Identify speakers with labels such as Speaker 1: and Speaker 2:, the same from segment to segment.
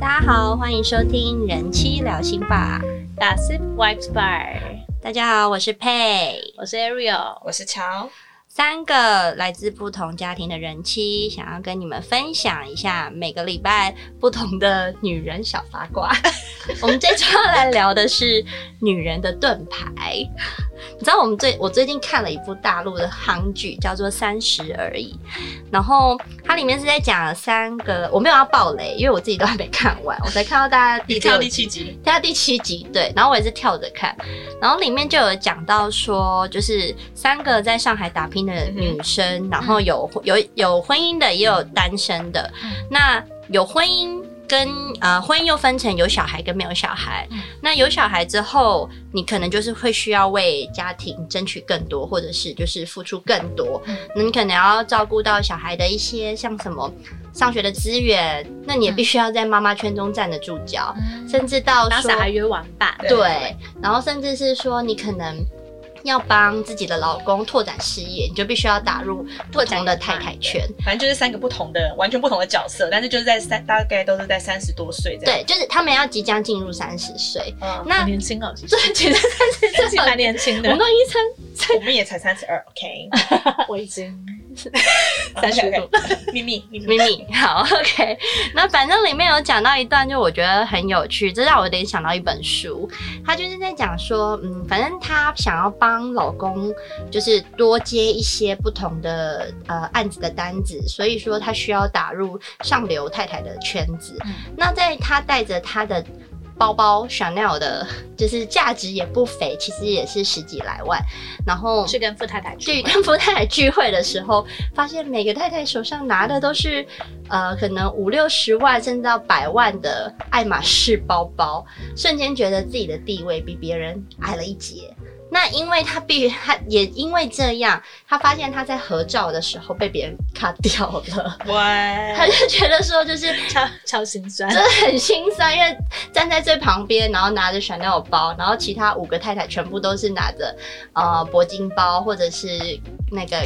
Speaker 1: 大家好，欢迎收听《人妻聊心吧》。
Speaker 2: Gossip Wives Bar，
Speaker 1: 大家好，我是佩。
Speaker 2: 我是 Ariel。
Speaker 3: 我是乔，
Speaker 1: 三个来自不同家庭的人妻，想要跟你们分享一下每个礼拜不同的女人小八卦。我们这周要来聊的是女人的盾牌。你知道，我们最我最近看了一部大陆的韩剧，叫做《三十而已》，然后它里面是在讲三个，我没有要爆雷，因为我自己都还没看完，我才看到大家第
Speaker 3: 你
Speaker 1: 六
Speaker 3: 跳第七集，
Speaker 1: 它第七集，对，然后我也是跳着看，然后里面就有讲到说，就是三个在上海打拼的女生，然后有有有婚姻的，也有单身的，那有婚姻。跟呃，婚姻又分成有小孩跟没有小孩。那有小孩之后，你可能就是会需要为家庭争取更多，或者是就是付出更多。那你可能要照顾到小孩的一些像什么上学的资源，那你也必须要在妈妈圈中站得住脚。甚至到
Speaker 2: 然后
Speaker 1: 说
Speaker 2: 小孩约玩伴，
Speaker 3: 对
Speaker 1: 对，然后甚至是说你可能要帮自己的老公拓展事业，你就必须要打入不同的太太圈。
Speaker 3: 反正就是三个不同的、完全不同的角色，但是就是在三，大概都是在三十多岁这样。
Speaker 1: 对，就是他们要即将进入三十岁，
Speaker 3: 嗯，
Speaker 1: 那
Speaker 2: 好年轻哦，其实
Speaker 1: 这其实 三
Speaker 2: 自
Speaker 1: 十
Speaker 2: 己
Speaker 1: 岁
Speaker 2: 蛮
Speaker 1: 很。
Speaker 2: 年轻
Speaker 1: 我们
Speaker 2: 的，
Speaker 1: 都医生
Speaker 3: 我们也才三十二，OK，
Speaker 2: 我已经
Speaker 3: 三
Speaker 2: 十多
Speaker 3: 多， 秘密秘密。
Speaker 1: 咪咪，好，OK。那反正里面有讲到一段，就我觉得很有趣，这让我联想到一本书，她就是在讲说，嗯，反正她想要帮老公，就是多接一些不同的呃案子的单子，所以说她需要打入上流太太的圈子。
Speaker 3: 嗯
Speaker 1: 那在她带着她的。包包 Chanel 的，就是价值也不菲，其实也是十几来万。然后
Speaker 2: 去跟富太太
Speaker 1: 去
Speaker 2: 去，
Speaker 1: 跟福太太聚会的时候，发现每个太太手上拿的都是呃，可能五六十万甚至到百万的爱马仕包包，瞬间觉得自己的地位比别人矮了一截。那因为她必须，她也因为这样，她发现她在合照的时候被别人卡掉了，
Speaker 3: 喂，
Speaker 1: 她就觉得说就是
Speaker 2: 超超心酸，
Speaker 1: 真的很心酸，因为站在最旁边，然后拿着 Chanel 包，然后其他五个太太全部都是拿着呃铂金包或者是那个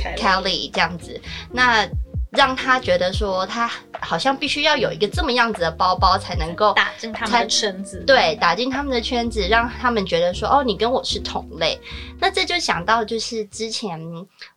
Speaker 1: Kelly
Speaker 3: Kelly
Speaker 1: 这样子，那让他觉得说他好像必须要有一个这么样子的包包才能够
Speaker 2: 打进他们的圈子，
Speaker 1: 对，打进他们的圈子，让他们觉得说，哦，你跟我是同类。那这就想到，就是之前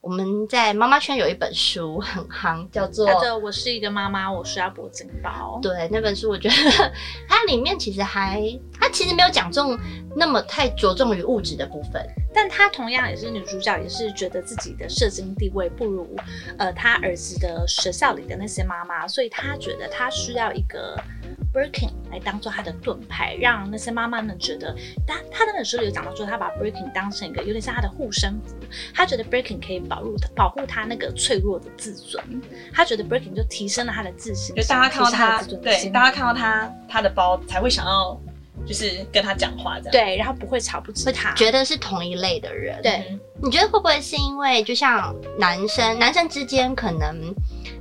Speaker 1: 我们在妈妈圈有一本书很夯，叫做
Speaker 2: 叫做我是一个妈妈，我需要铂金包，
Speaker 1: 对，那本书我觉得它里面其实还，它其实没有讲中那么太着重于物质的部分。
Speaker 2: 但她同样也是女主角，也是觉得自己的社经地位不如呃她儿子的学校里的那些妈妈，所以她觉得她需要一个 Birkin 来当做她的盾牌，让那些妈妈们觉得，她她那本书里有讲到说，她把 Birkin 当成一个有点像她的护身符，她觉得 Birkin 可以保护保护她那个脆弱的自尊，她觉得 Birkin 就提升了她的自信心，
Speaker 3: 就大家看到
Speaker 2: 提升她
Speaker 3: 他
Speaker 2: 的自，尊
Speaker 3: 对，
Speaker 2: 心，
Speaker 3: 大家看到他他的包才会想要，就是跟他讲话这样。
Speaker 2: 对，然后不会瞧不起她，
Speaker 1: 觉得是同一类的人。
Speaker 2: 对
Speaker 3: 嗯，
Speaker 1: 你觉得会不会是因为，就像男生男生之间，可能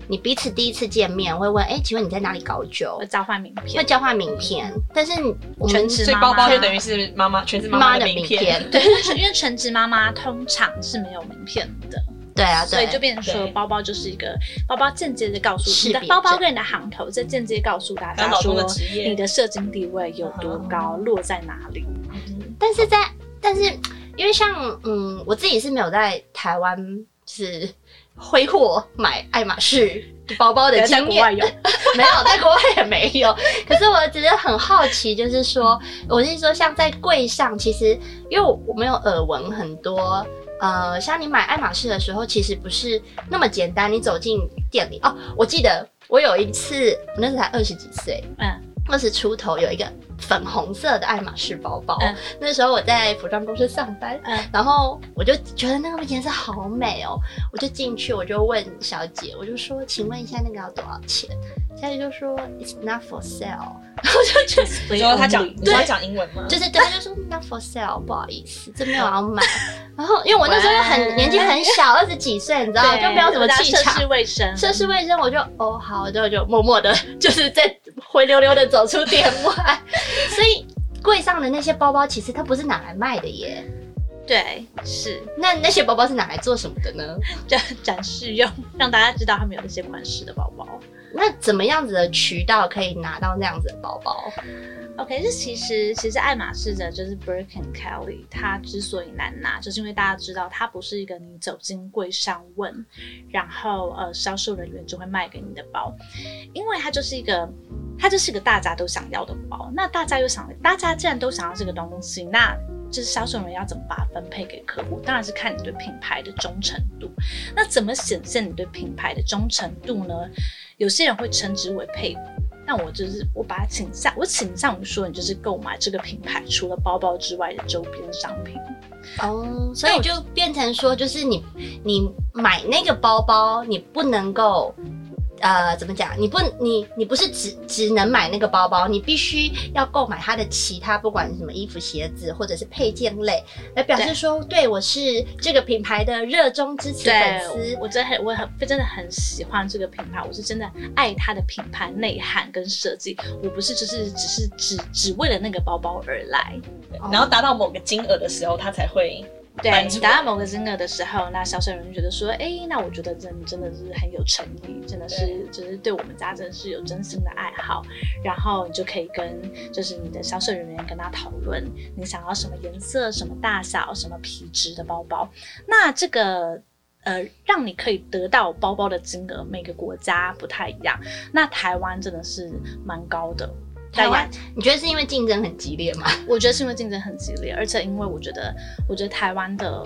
Speaker 1: 你彼此第一次见面会问，哎、请问你在哪里搞酒
Speaker 2: 会？交换名
Speaker 1: 会
Speaker 2: 片，
Speaker 1: 交换名片，但是我们
Speaker 2: 呃全职
Speaker 3: 所以
Speaker 2: 妈
Speaker 3: 包
Speaker 2: 妈
Speaker 3: 包就等于是妈妈，全是妈妈
Speaker 1: 的
Speaker 3: 的
Speaker 1: 名
Speaker 3: 名 片。，
Speaker 2: 对，因为全因为全职妈妈通常是没有名片的，
Speaker 1: 对啊，
Speaker 2: 所以就
Speaker 1: 对，
Speaker 2: 变成说
Speaker 3: 对
Speaker 2: 包包就是一个包包，间接的告诉
Speaker 1: 识
Speaker 2: 你的
Speaker 1: 别
Speaker 2: 包包
Speaker 1: 者
Speaker 2: 跟你的行头，再间接告诉大
Speaker 3: 还
Speaker 2: 家
Speaker 3: 有老公
Speaker 2: 说
Speaker 3: 的职业
Speaker 2: 你的社经地位有多高，落在哪里。
Speaker 3: 嗯
Speaker 1: 但是在但是因为像嗯，我自己是没有在台湾就是挥霍买爱马 仕包包的
Speaker 2: 啊在
Speaker 1: 经
Speaker 2: 国
Speaker 1: 验
Speaker 2: 外，有，
Speaker 1: 没有，在国外也没有。可是我只是很好奇，就是说，我是说，像在柜上，其实因为我没有耳闻很多，呃，像你买爱马仕的时候，其实不是那么简单。你走进店里，哦，我记得我有一次，我那时才二十几岁，
Speaker 2: 嗯，
Speaker 1: 二十出头，有一个粉红色的爱马仕包包。
Speaker 2: 嗯
Speaker 1: 那时候我在服装公司上班，
Speaker 2: 嗯
Speaker 1: 然后我就觉得那个颜色好美哦，我就进去，我就问小姐，我就说，请问一下那个要多少钱？小姐就说 It's not for sale，
Speaker 3: 你说他讲，你
Speaker 2: 对
Speaker 3: 说他讲英文吗？
Speaker 1: 就是对，她就说 Not for sale，不好意思，这没有要买。然后因为我那时候又很
Speaker 2: 哇
Speaker 1: 年纪很小，二十几岁，你知道，啊就没有什么气
Speaker 2: 涉
Speaker 1: 场
Speaker 2: 世。卫生，
Speaker 1: 涉世卫生，我就哦好，然后就默默的，就是在灰溜溜的走出店外。所以柜上的那些包包，其实它不是拿来卖的耶，
Speaker 2: 对，是
Speaker 1: 那那些包包是拿来做什么的呢？
Speaker 2: 展展示用，让大家知道他们有那些款式的包包。
Speaker 1: 那怎么样子的渠道可以拿到那样子的包包？
Speaker 2: OK，这其实其实爱马仕的就是 Birkin Kelly，它之所以难拿，就是因为大家知道它不是一个你走进柜上问，然后呃销售人员就会卖给你的包，因为它就是一个它就是一个大家都想要的包。那大家又想，大家既然都想要这个东西，那就是销售人员要怎么把它分配给客户？当然是看你对品牌的忠诚度。那怎么显现你对品牌的忠诚度呢？有些人会称之为配但我就是我把它倾向，我倾向于说，你就是购买这个品牌除了包包之外的周边商品。
Speaker 1: 哦，所以就变成说，就是你你买那个包包，你不能够。呃，怎么讲？你不，你你不是只只能买那个包包，你必须要购买它的其他，不管是什么衣服、鞋子，或者是配件类，来表示说，对我是这个品牌的热衷支持粉丝
Speaker 2: 对，。我真的很，我很真的很喜欢这个品牌，我是真的爱它的品牌内涵跟设计，我不是就是只是只只为了那个包包而来。
Speaker 3: 然后达到某个金额的时候，他才会
Speaker 2: 对
Speaker 3: 满
Speaker 2: 你
Speaker 3: 足
Speaker 2: 达到某个金额的时候，那销售人员觉得说，哎，那我觉得真真的是很有诚意，真的是就是对我们家真的是有真心的爱好，然后你就可以跟就是你的销售人员跟他讨论你想要什么颜色、什么大小、什么皮质的包包。那这个呃，让你可以得到包包的金额，每个国家不太一样。那台湾真的是蛮高的，
Speaker 1: 台
Speaker 2: 在亚
Speaker 1: 湾，你觉得是因为竞争很激烈吗？
Speaker 2: 我觉得是因为竞争很激烈，而且因为我觉得，我觉得台湾的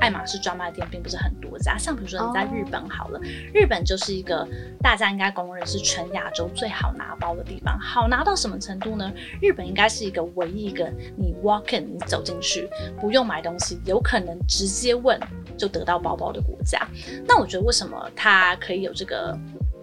Speaker 2: 爱马仕专卖店并不是很多家，像比如说你在
Speaker 1: 哦
Speaker 2: 日本好了日本就是一个大家应该公认是全亚洲最好拿包的地方，好拿到什么程度呢？日本应该是一个唯一一个你 walk in 你走进去不用买东西，有可能直接问就得到包包的国家。那我觉得为什么它可以有这个？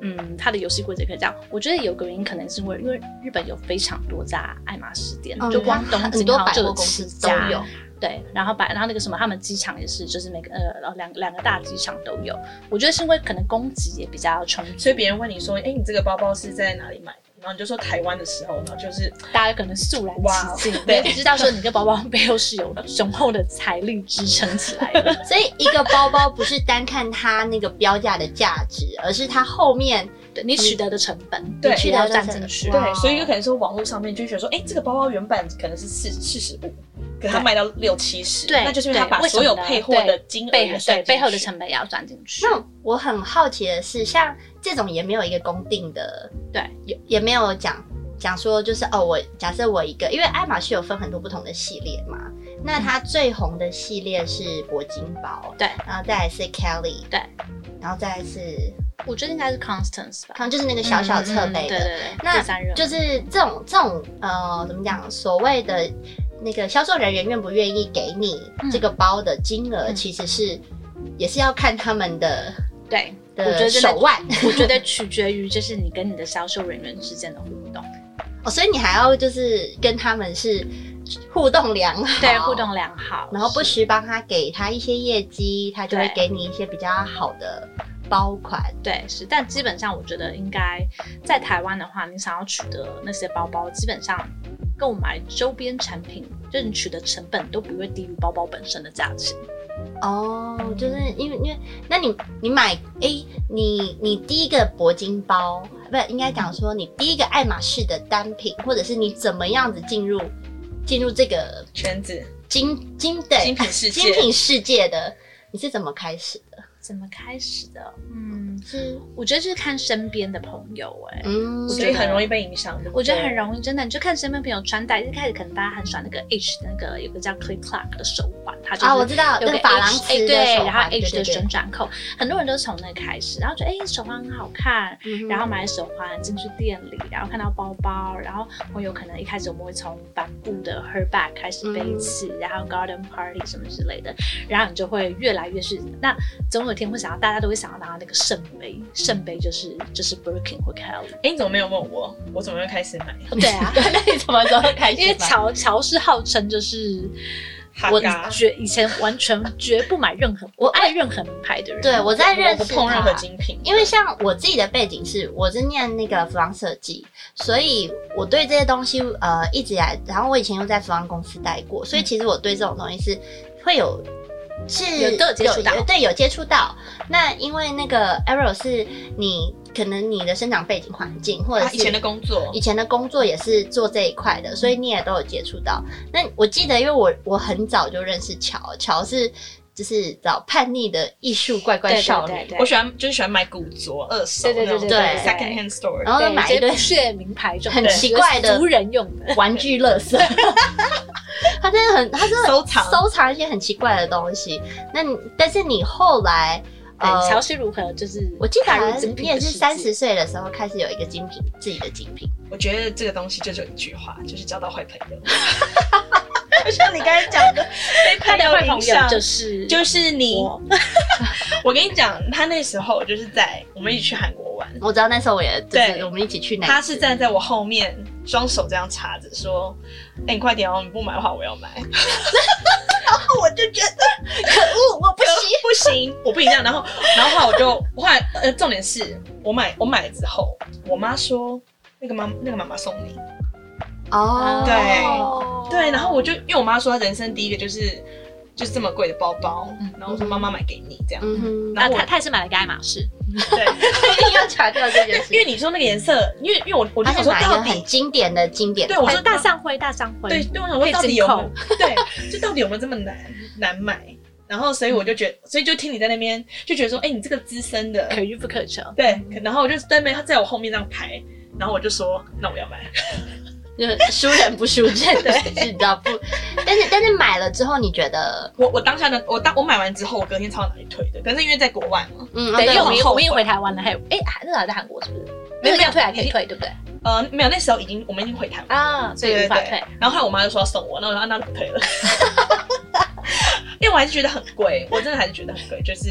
Speaker 2: 嗯，它的游戏规则可以这样，我觉得有个原因可能是因为，因为日本有非常多家爱马仕店，
Speaker 1: 嗯
Speaker 2: 就光东
Speaker 1: 很
Speaker 2: 京
Speaker 1: 多
Speaker 2: 好
Speaker 1: 百
Speaker 2: 像就
Speaker 1: 货
Speaker 2: 有
Speaker 1: 公司
Speaker 2: 七
Speaker 1: 都
Speaker 2: 家，
Speaker 1: 有。
Speaker 2: 对，然后把然后那个什么，他们机场也是，就是每个呃两两个大机场都有。我觉得是因为可能供给也比较充足，
Speaker 3: 所以别人问你说：“哎、你这个包包是在哪里买的？”然后你就说台湾的时候，然后就是
Speaker 2: 大家可能肃然
Speaker 3: 哇
Speaker 2: 起敬，
Speaker 3: 对
Speaker 2: 对，知道说你这包包背后是有雄厚的财力支撑起来的。
Speaker 1: 所以一个包包不是单看它那个标价的价值，而是它后面
Speaker 2: 对你取得的成本，嗯你
Speaker 3: 对
Speaker 2: 取得
Speaker 1: 要
Speaker 2: 的
Speaker 1: 占
Speaker 2: 占进
Speaker 1: 成
Speaker 2: 去。
Speaker 1: 哇
Speaker 3: 对，所以有可能说网络上面就会觉得说：“哎、这个包包原版可能是四四十五，可它卖到六七十，
Speaker 2: 对
Speaker 3: 那就是因为它把
Speaker 2: 对
Speaker 3: 所有
Speaker 2: 为什么呢
Speaker 3: 配货的金额
Speaker 2: 背
Speaker 3: 也算
Speaker 2: 对
Speaker 3: 进去
Speaker 2: 背后的成本也要算进去。
Speaker 1: 那我很好奇的是，像这种也没有一个公定的，
Speaker 2: 对，
Speaker 1: 也也没有讲讲说就是哦，我假设我一个，因为爱马仕有分很多不同的系列嘛，那它最红的系列是铂金包，
Speaker 2: 对，
Speaker 1: 然后再来是 Kelly，
Speaker 2: 对，
Speaker 1: 然后再来是
Speaker 2: 我觉得应该是 Constance 吧
Speaker 1: 可，能就是那个小小侧
Speaker 2: 对
Speaker 1: 背
Speaker 2: 嗯对
Speaker 1: 的，
Speaker 2: 对，
Speaker 1: 那
Speaker 2: 第三任
Speaker 1: 就是这种这种呃，怎么讲？所谓的那个销售人员愿不愿意给你
Speaker 2: 嗯
Speaker 1: 这个包的金额，
Speaker 2: 嗯
Speaker 1: 其实是也是要看他们的
Speaker 2: 对，我觉
Speaker 1: 的
Speaker 2: 得真的
Speaker 1: 手腕
Speaker 2: 我觉得取决于就是你跟你的销售人员之间的互动，
Speaker 1: 哦，所以你还要就是跟他们是互动良好，
Speaker 2: 对，互，动良好，
Speaker 1: 然后不时帮他给他一些业绩，他就会给
Speaker 2: 对
Speaker 1: 你一些比较好的包款。
Speaker 2: 对，是，但基本上我觉得应该在台湾的话，你想要取得那些包包，基本上购买周边产品，就是你取得成本都不会低于包包本身的价钱。
Speaker 1: 哦，就是因为因为，那你你买哎、你你第一个铂金包，不应该讲说你第一个爱马仕的单品，或者是你怎么样子进入进入这个
Speaker 3: 圈子
Speaker 1: 精精对
Speaker 3: 精品世界
Speaker 1: 精品世界的，你是怎么开始的？
Speaker 2: 怎么开始的？嗯，
Speaker 1: 是
Speaker 2: 我觉得就是看身边的朋友、哎、
Speaker 1: 嗯，
Speaker 2: 我觉
Speaker 3: 所
Speaker 2: 得
Speaker 3: 以很容易被影响。对不对
Speaker 2: 我觉得很容易，真的，你就看身边朋友穿戴，一开始可能大家很喜欢那个 H 的那个有个叫 Click Clark 的手环，它就是
Speaker 1: 啊，我知道
Speaker 2: 有
Speaker 1: 那
Speaker 2: 个
Speaker 1: 个法郎
Speaker 2: H，哎
Speaker 1: 瓷的
Speaker 2: 对，
Speaker 1: 手
Speaker 2: 然后
Speaker 1: 环
Speaker 2: H 的旋，
Speaker 1: 对
Speaker 2: 转扣，很多人都是从那开始，然后觉得哎、手环很好看，
Speaker 1: 对对。
Speaker 2: 然后买手环进去店里，然后看到包包，然后朋友可能一开始我们会从帆布的 her bag 开始背起，然后 garden party 什么之类的，然后你就会越来越是，那总有一天会想要，大家都会想要拿到那个圣杯，圣杯就是就是 Birkin 或 Kelly，
Speaker 3: 哎、你怎么没有问我？我怎么会开始买？
Speaker 2: 对啊
Speaker 1: 对， 那你什么时候开始买？
Speaker 2: 因为乔乔是号称就是
Speaker 3: 哈
Speaker 2: 我
Speaker 3: 嘎
Speaker 2: 绝以前完全绝不买任何我爱任何名牌的人，
Speaker 1: 对我在认
Speaker 3: 我
Speaker 1: 识
Speaker 3: 不碰任何
Speaker 1: 他
Speaker 3: 精品，
Speaker 1: 因为像我自己的背景是，我是念那个服装设计，所以我对这些东西呃一直以来，然后我以前又在服装公司待过，所以其实我对这种东西是会有是
Speaker 2: 有都有接触到
Speaker 1: 有对，有接触到。那因为那个 arrow 是你可能你的生长背景环境，或者
Speaker 3: 他
Speaker 1: 是
Speaker 3: 啊以前的工作
Speaker 1: 以，前的工作也是做这一块的，所以你也都有接触到。那我记得，因为我我很早就认识乔，乔是就是找叛逆的艺术怪怪少女，
Speaker 2: 对
Speaker 3: 我喜欢就是喜欢买古着二手
Speaker 2: 对
Speaker 3: 啊
Speaker 2: 对
Speaker 3: 那
Speaker 2: 对
Speaker 3: 种
Speaker 1: 对对
Speaker 3: second hand store，
Speaker 1: 然后
Speaker 2: 对
Speaker 1: 买一
Speaker 2: 这
Speaker 1: 堆
Speaker 2: 不是名牌这 种
Speaker 1: 很
Speaker 2: 东
Speaker 1: 奇
Speaker 2: 西
Speaker 1: 怪的
Speaker 2: 是族人用的，
Speaker 1: 玩具乐 色。他真的很，他真的
Speaker 3: 收藏
Speaker 1: 收藏一些很奇怪的东西。那你但是你后来，
Speaker 2: 对，乔
Speaker 1: 呃，
Speaker 2: 是如何就是
Speaker 1: 我记得
Speaker 2: 踏
Speaker 1: 好
Speaker 2: 入
Speaker 1: 像
Speaker 2: 精品
Speaker 1: 你也
Speaker 2: 的世
Speaker 1: 是
Speaker 2: 界
Speaker 1: 三十岁的时候开始有一个精品，自己的精品。
Speaker 3: 我觉得这个东西就只有一句话，就是交到坏朋友。
Speaker 2: 就像你刚才讲的，
Speaker 3: 被
Speaker 2: 他的坏朋
Speaker 3: 影
Speaker 2: 友
Speaker 3: 响
Speaker 2: 就是
Speaker 3: 就是你
Speaker 2: 我。
Speaker 3: 我跟你讲，他那时候就是在我们一起去韩国玩，
Speaker 1: 我知道那时候我也就是
Speaker 3: 对
Speaker 1: 我们一起去那一次，
Speaker 3: 他是站在我后面，双手这样插着说：“哎、你快点哦，你不买的话我要买。
Speaker 2: 我就觉得
Speaker 1: 哦，我不行，
Speaker 3: 不行，我不一样。”然后，然后后来我就后来呃，重点是我买我买了之后，我妈说。那个妈，那个妈妈送你，
Speaker 1: 哦，
Speaker 3: 对对，然后我就因为我妈说她人生第一个就是就是这么贵的包包
Speaker 2: 嗯，
Speaker 3: 然后我说妈妈买给你这 样，
Speaker 1: 嗯哼，
Speaker 2: 那
Speaker 3: 然后我
Speaker 2: 他他也是买了个爱马仕，
Speaker 1: 嗯
Speaker 3: 对，
Speaker 1: 一定要强调这件事
Speaker 3: 因为你说那个颜色，因为因为我我就
Speaker 1: 他
Speaker 3: 想
Speaker 1: 是
Speaker 3: 说
Speaker 1: 买一
Speaker 3: 到
Speaker 1: 个很
Speaker 3: 底，
Speaker 1: 经典的经典的
Speaker 3: 对我说
Speaker 2: 大象灰，大象灰，
Speaker 3: 对，对我想说到
Speaker 2: 可以
Speaker 3: 底
Speaker 2: 进
Speaker 3: 有没
Speaker 2: 口
Speaker 3: 有对，就到底有没有这么难难买？然后所以我就觉得，所以就听你在那边就觉得说，哎、你这个资深的，
Speaker 2: 嗯可遇不可求。
Speaker 3: 对，可然后我就在那边他在我后面这样排，然后我就说，那我要买，
Speaker 1: 就是输人不输阵，是的不？但是但是买了之后，你觉得
Speaker 3: 我我当下的我当我买完之后，我隔天超拿去退的，可是因为在国外嘛，
Speaker 1: 嗯，
Speaker 2: 对，因为我们
Speaker 3: 很
Speaker 2: 也
Speaker 3: 后
Speaker 2: 我
Speaker 3: 悔
Speaker 2: 们也回台湾了，还有哎，还那个还在韩国是不是？
Speaker 3: 没有
Speaker 2: 那个要退还可
Speaker 3: 已
Speaker 2: 以
Speaker 3: 经
Speaker 2: 退，对不对？
Speaker 3: 呃，没有，那时候已经我们已经回台湾了，
Speaker 2: 啊，所以无法
Speaker 3: 对对
Speaker 2: 退
Speaker 3: 对。然后后来我妈就说要送我，那我说啊那就不退了。 因为我还是觉得很贵，我真的还是觉得很贵，就是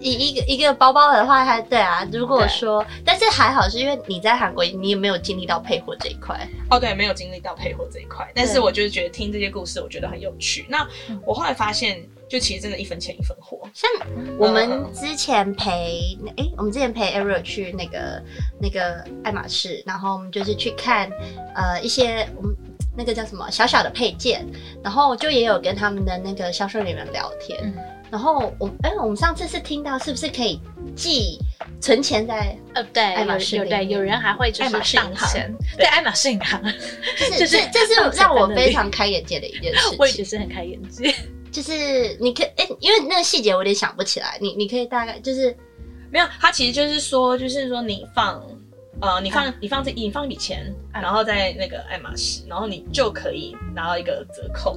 Speaker 1: 以一个一个包包的话，它对啊，如果
Speaker 2: 对
Speaker 1: 说，但是还好是因为你在韩国，你也没有经历到配货这一块，
Speaker 3: 哦，对，没有经历到配货这一块，但是我就是觉得听这些故事，我觉得很有趣。那
Speaker 2: 嗯
Speaker 3: 我后来发现，就其实真的一分钱一分货，
Speaker 1: 像我
Speaker 2: 嗯
Speaker 1: 们之前陪，哎、我们之前陪 Ariel 去那个那个爱马仕，然后我们就是去看呃一些我们那个叫什么小小的配件，然后就也有跟他们的那个销售人员聊天，
Speaker 2: 嗯
Speaker 1: 然后我哎、我们上次是听到是不是可以寄存钱在，
Speaker 2: 呃，对，
Speaker 1: 爱马仕
Speaker 2: 有有对，
Speaker 1: 里面
Speaker 2: 有人还会就
Speaker 3: 爱马
Speaker 2: 是
Speaker 3: 仕银
Speaker 2: 当
Speaker 3: 行
Speaker 2: 钱，对，爱马 仕银行，
Speaker 1: 就是
Speaker 2: 就是
Speaker 1: 这这 是让我
Speaker 2: 放钱在那里
Speaker 1: 非常开眼界的一件事情，
Speaker 2: 我也觉得是很开眼 界。
Speaker 1: 就是你可哎、因为那个细节我有点想不起来，你你可以大概就是
Speaker 3: 没有，它其实就是说，就是说你放，呃，你放、你放这你放一笔钱，
Speaker 2: 啊
Speaker 3: 然后在那个爱马仕，然后你就可以拿到一个折扣。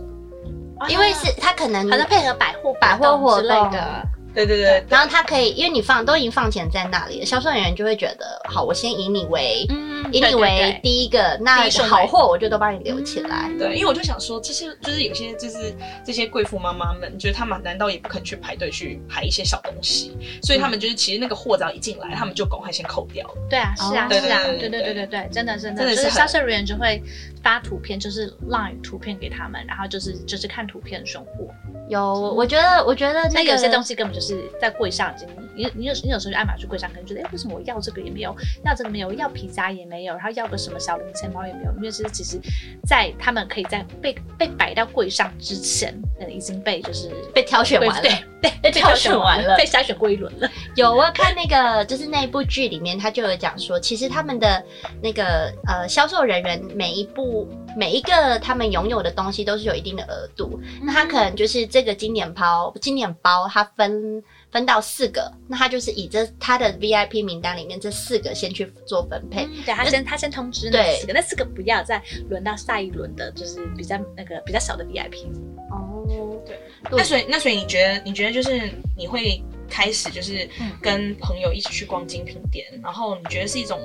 Speaker 1: 因为是他可能
Speaker 2: 啊好像配合百货
Speaker 1: 百货活
Speaker 2: 活之类
Speaker 1: 动
Speaker 2: 的，
Speaker 3: 对对对，
Speaker 1: 然后他可以，因为你放都已经放钱在那里了，销售人员就会觉得，好，我先以你为、
Speaker 2: 嗯
Speaker 1: 以你为第一个，那
Speaker 3: 第一顺位
Speaker 1: 好货我就都帮你留起来。
Speaker 3: 对，因为我就想说，这些就是有些就是这些贵妇妈妈们，就是她们难道也不肯去排队去排一些小东西？所以她们就是其实那个货只要一进来，她们就赶快先扣掉了。
Speaker 2: 对啊，是啊，
Speaker 1: 哦
Speaker 2: 是啊，
Speaker 3: 对
Speaker 2: 对对
Speaker 3: 对对
Speaker 2: 对对
Speaker 3: 对
Speaker 2: 对，真的真的，
Speaker 3: 真
Speaker 2: 就是
Speaker 3: 的
Speaker 2: 是
Speaker 3: 很
Speaker 2: 销售人员就会发图片，就是 Line 图片给他们，然后就是就是看图片选货。
Speaker 1: 有，我觉得，我觉得
Speaker 2: 那
Speaker 1: 那个
Speaker 2: 有些东西根本就是在柜上已经，你你有你有时候去爱马仕柜上，可能觉得，哎、为什么我要这个也没有，要这个没有，要皮夹也没有，然后要个什么小零钱包也没有，因为其实其实，在他们可以在被被摆到柜上之前，嗯，已经被就是
Speaker 1: 被挑选完了
Speaker 2: 对。对
Speaker 1: 被
Speaker 2: 被
Speaker 1: 挑选完了
Speaker 2: 被筛选过一轮了。
Speaker 1: 有，我有看那个就是那一部剧里面，他就有讲说，其实他们的那个呃销售人员每一步每一个他们拥有的东西都是有一定的额度，那他可
Speaker 2: 嗯
Speaker 1: 能就是这个经典包，经典包它分分到四个，那他就是以这他的 VIP 名单里面这四个先去做分配。
Speaker 2: 嗯对他先他先通知那
Speaker 1: 对
Speaker 2: 四个，那四个不要再轮到下一轮的，就是比较那个比较小的 VIP。
Speaker 1: 哦，
Speaker 2: 嗯
Speaker 1: 对
Speaker 3: 那所以，那所以你觉得，你觉得就是你会开始就是
Speaker 2: 嗯
Speaker 3: 跟朋友一起去逛精品店，然后你觉得是一种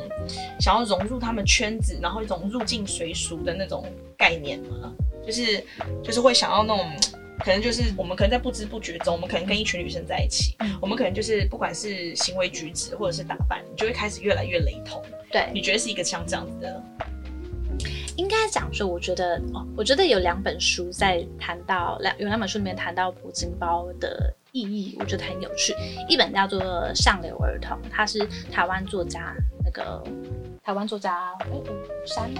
Speaker 3: 想要融入他们圈子，然后一种入境随俗的那种概念吗？就是就是会想要那种，可能就是我们可能在不知不觉中，我们可能跟一群女生在一起，我们可能就是不管是行为举止或者是打扮，你就会开始越来越雷同。
Speaker 2: 对，
Speaker 3: 你觉得是一个像这样子的？
Speaker 2: 应该讲说，我觉得哦，我觉得有两本书在谈到两有两本书里面谈到铂金包的意义，我觉得很有趣。一本叫做《上流儿童》，它是台湾作哦家那个台湾作家哎吴山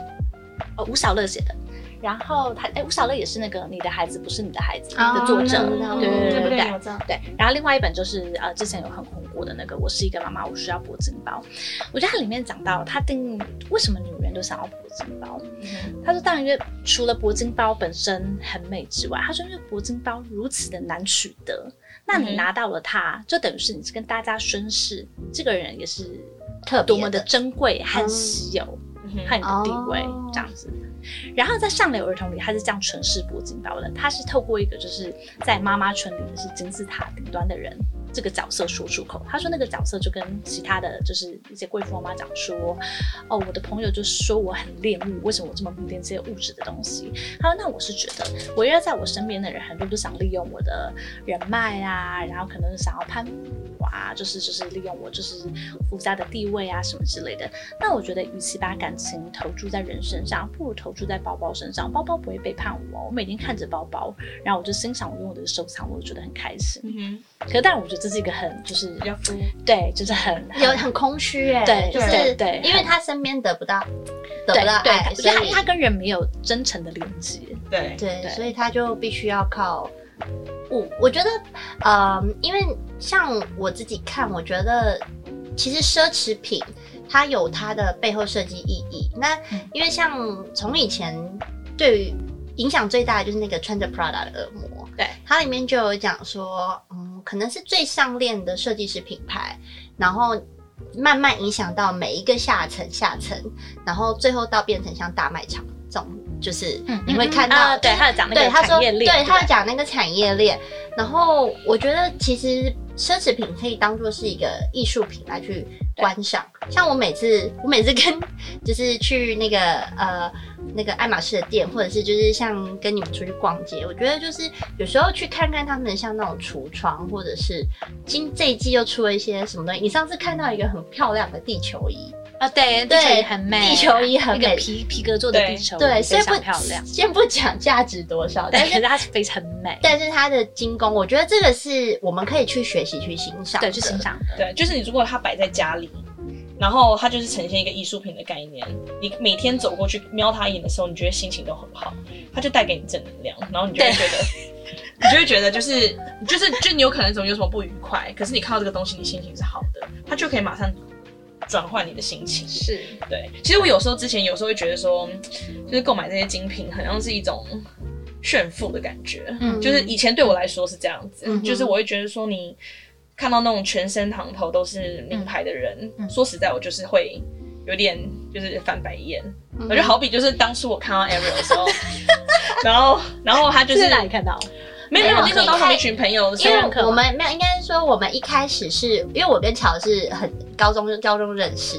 Speaker 2: 呃吴小乐写的。然后他哎，吴小乐也是那个《你的孩子不是你的孩子》
Speaker 1: 哦
Speaker 2: 的作者，
Speaker 1: 那那
Speaker 2: 嗯对对
Speaker 3: 对不
Speaker 2: 对
Speaker 3: 对？
Speaker 2: 对
Speaker 3: 有这样，
Speaker 2: 对，然后另外一本就是呃，之前有很红过的那个《我是一个妈妈，我需要铂金包》，我觉得它里面讲到，它定义为什么女人都想要铂金包。他说，当然，因为除了铂金包本身很美之外，他说，因为铂金包如此的难取得，那
Speaker 3: 嗯
Speaker 2: 你
Speaker 3: 哼
Speaker 2: 拿到了它，就等于是你是跟大家宣誓，这个人也是
Speaker 1: 特别
Speaker 2: 多么的
Speaker 1: 的
Speaker 2: 珍贵和稀有。
Speaker 3: 嗯哼
Speaker 2: 和你的地位、
Speaker 1: 哦
Speaker 2: 这样子。然后在上流儿童里，它是这样纯式铂金包的，它是透过一个就是在妈妈村里的是金字塔顶端的人这个角色说出口。他说那个角色就跟其他的就是一些贵妇妈妈讲说，哦，我的朋友就说我很恋物，为什么我这么迷恋这些物质的东西？他说那我是觉得围绕在我身边的人很多都想利用我的人脉啊，然后可能想要攀附我啊，就是就是利用我就是附加的地位啊什么之类的。那我觉得，与其把感情投注在人身上，不如投注在包包身上。包包不会背叛我哦，我每天看着包包，然后我就欣赏我拥有的收藏，我就觉得很开心。
Speaker 3: 嗯哼，
Speaker 2: 可是，但我觉得这是一个很就是
Speaker 3: 比较肤，
Speaker 2: 对，就是很
Speaker 1: 有很空虚哎、
Speaker 2: 对
Speaker 1: 就
Speaker 3: 对
Speaker 1: 是
Speaker 2: 对
Speaker 1: 因为他身边得不到得
Speaker 2: 对
Speaker 1: 不到爱，
Speaker 2: 对，
Speaker 1: 所
Speaker 2: 所
Speaker 1: 以
Speaker 2: 以他跟人没有真诚的连接。
Speaker 3: 对，
Speaker 1: 对，
Speaker 2: 对
Speaker 1: 所以他就必须要靠物。我觉得，呃，因为像我自己看，我觉得其实奢侈品它有它的背后设计意义。那
Speaker 2: 嗯
Speaker 1: 因为像从以前对于影响最大的就是那个穿着 Prada 的恶魔，
Speaker 2: 对，
Speaker 1: 它里面就有讲说，嗯，可能是最上链的设计师品牌，然后。慢慢影响到每一个下层，下层，然后最后到变成像大卖场这种，就是你会看
Speaker 2: 啊
Speaker 1: 到，
Speaker 2: 对，他有讲那
Speaker 1: 对
Speaker 2: 个
Speaker 1: 他说，
Speaker 2: 产业链，
Speaker 1: 对他有
Speaker 2: 不
Speaker 1: 讲那个产业链。然后我觉得其实奢侈品可以当做是一个艺术品来去观赏。像我每次，我每次跟就是去那个呃那个爱马仕的店，或者是就是像跟你们出去逛街，我觉得就是有时候去看看他们像那种橱窗，或者是今这一季又出了一些什么东西。你上次看到一个很漂亮的地球仪，
Speaker 2: 啊，对，
Speaker 1: 对
Speaker 2: 地球仪很美，
Speaker 1: 地球仪很
Speaker 2: 那
Speaker 1: 美
Speaker 2: 个皮皮革做的地
Speaker 3: 对
Speaker 2: 球仪
Speaker 1: 对，
Speaker 2: 非
Speaker 1: 先不
Speaker 2: 常漂 亮，
Speaker 1: 先不讲价值多 少，但
Speaker 2: 对，
Speaker 1: 是
Speaker 2: 可是它是非常美，
Speaker 1: 但是他的精工，我觉得这个是我们可以去学习、去欣赏的，
Speaker 2: 对，去欣赏的，
Speaker 3: 对，就是你如果它摆在家里，然后它就是呈现一个艺术品的概念，你每天走过去瞄它一眼的时候，你觉得心情都很好，它就带给你正能量，然后你就会觉得。你就会觉得就是就是就你有可能怎么有什么不愉快，可是你看到这个东西，你心情是好的，它就可以马上转换你的心情。
Speaker 2: 是，
Speaker 3: 对，其实我有时候之前有时候会觉得说，嗯就是购买这些精品，好像是一种炫富的感觉。
Speaker 2: 嗯
Speaker 3: 就是以前对我来说是这样子，
Speaker 1: 嗯哼
Speaker 3: 就是我会觉得说你看到那种全身行头都是名牌的人，
Speaker 2: 嗯
Speaker 3: 说实在我就是会有点就是翻白眼。
Speaker 1: 嗯
Speaker 3: 我就好比就是当初我看到 Ariel 的时候，然后然后他就是
Speaker 2: 在哪里看到？
Speaker 3: 没有没有，那时候当时我
Speaker 1: 没有
Speaker 3: 一群朋友，
Speaker 1: 因
Speaker 3: 因
Speaker 1: 为
Speaker 3: 为
Speaker 2: 课吗
Speaker 1: 我们没有，应该是说我们一开始是因为我跟乔是很高中高中认识，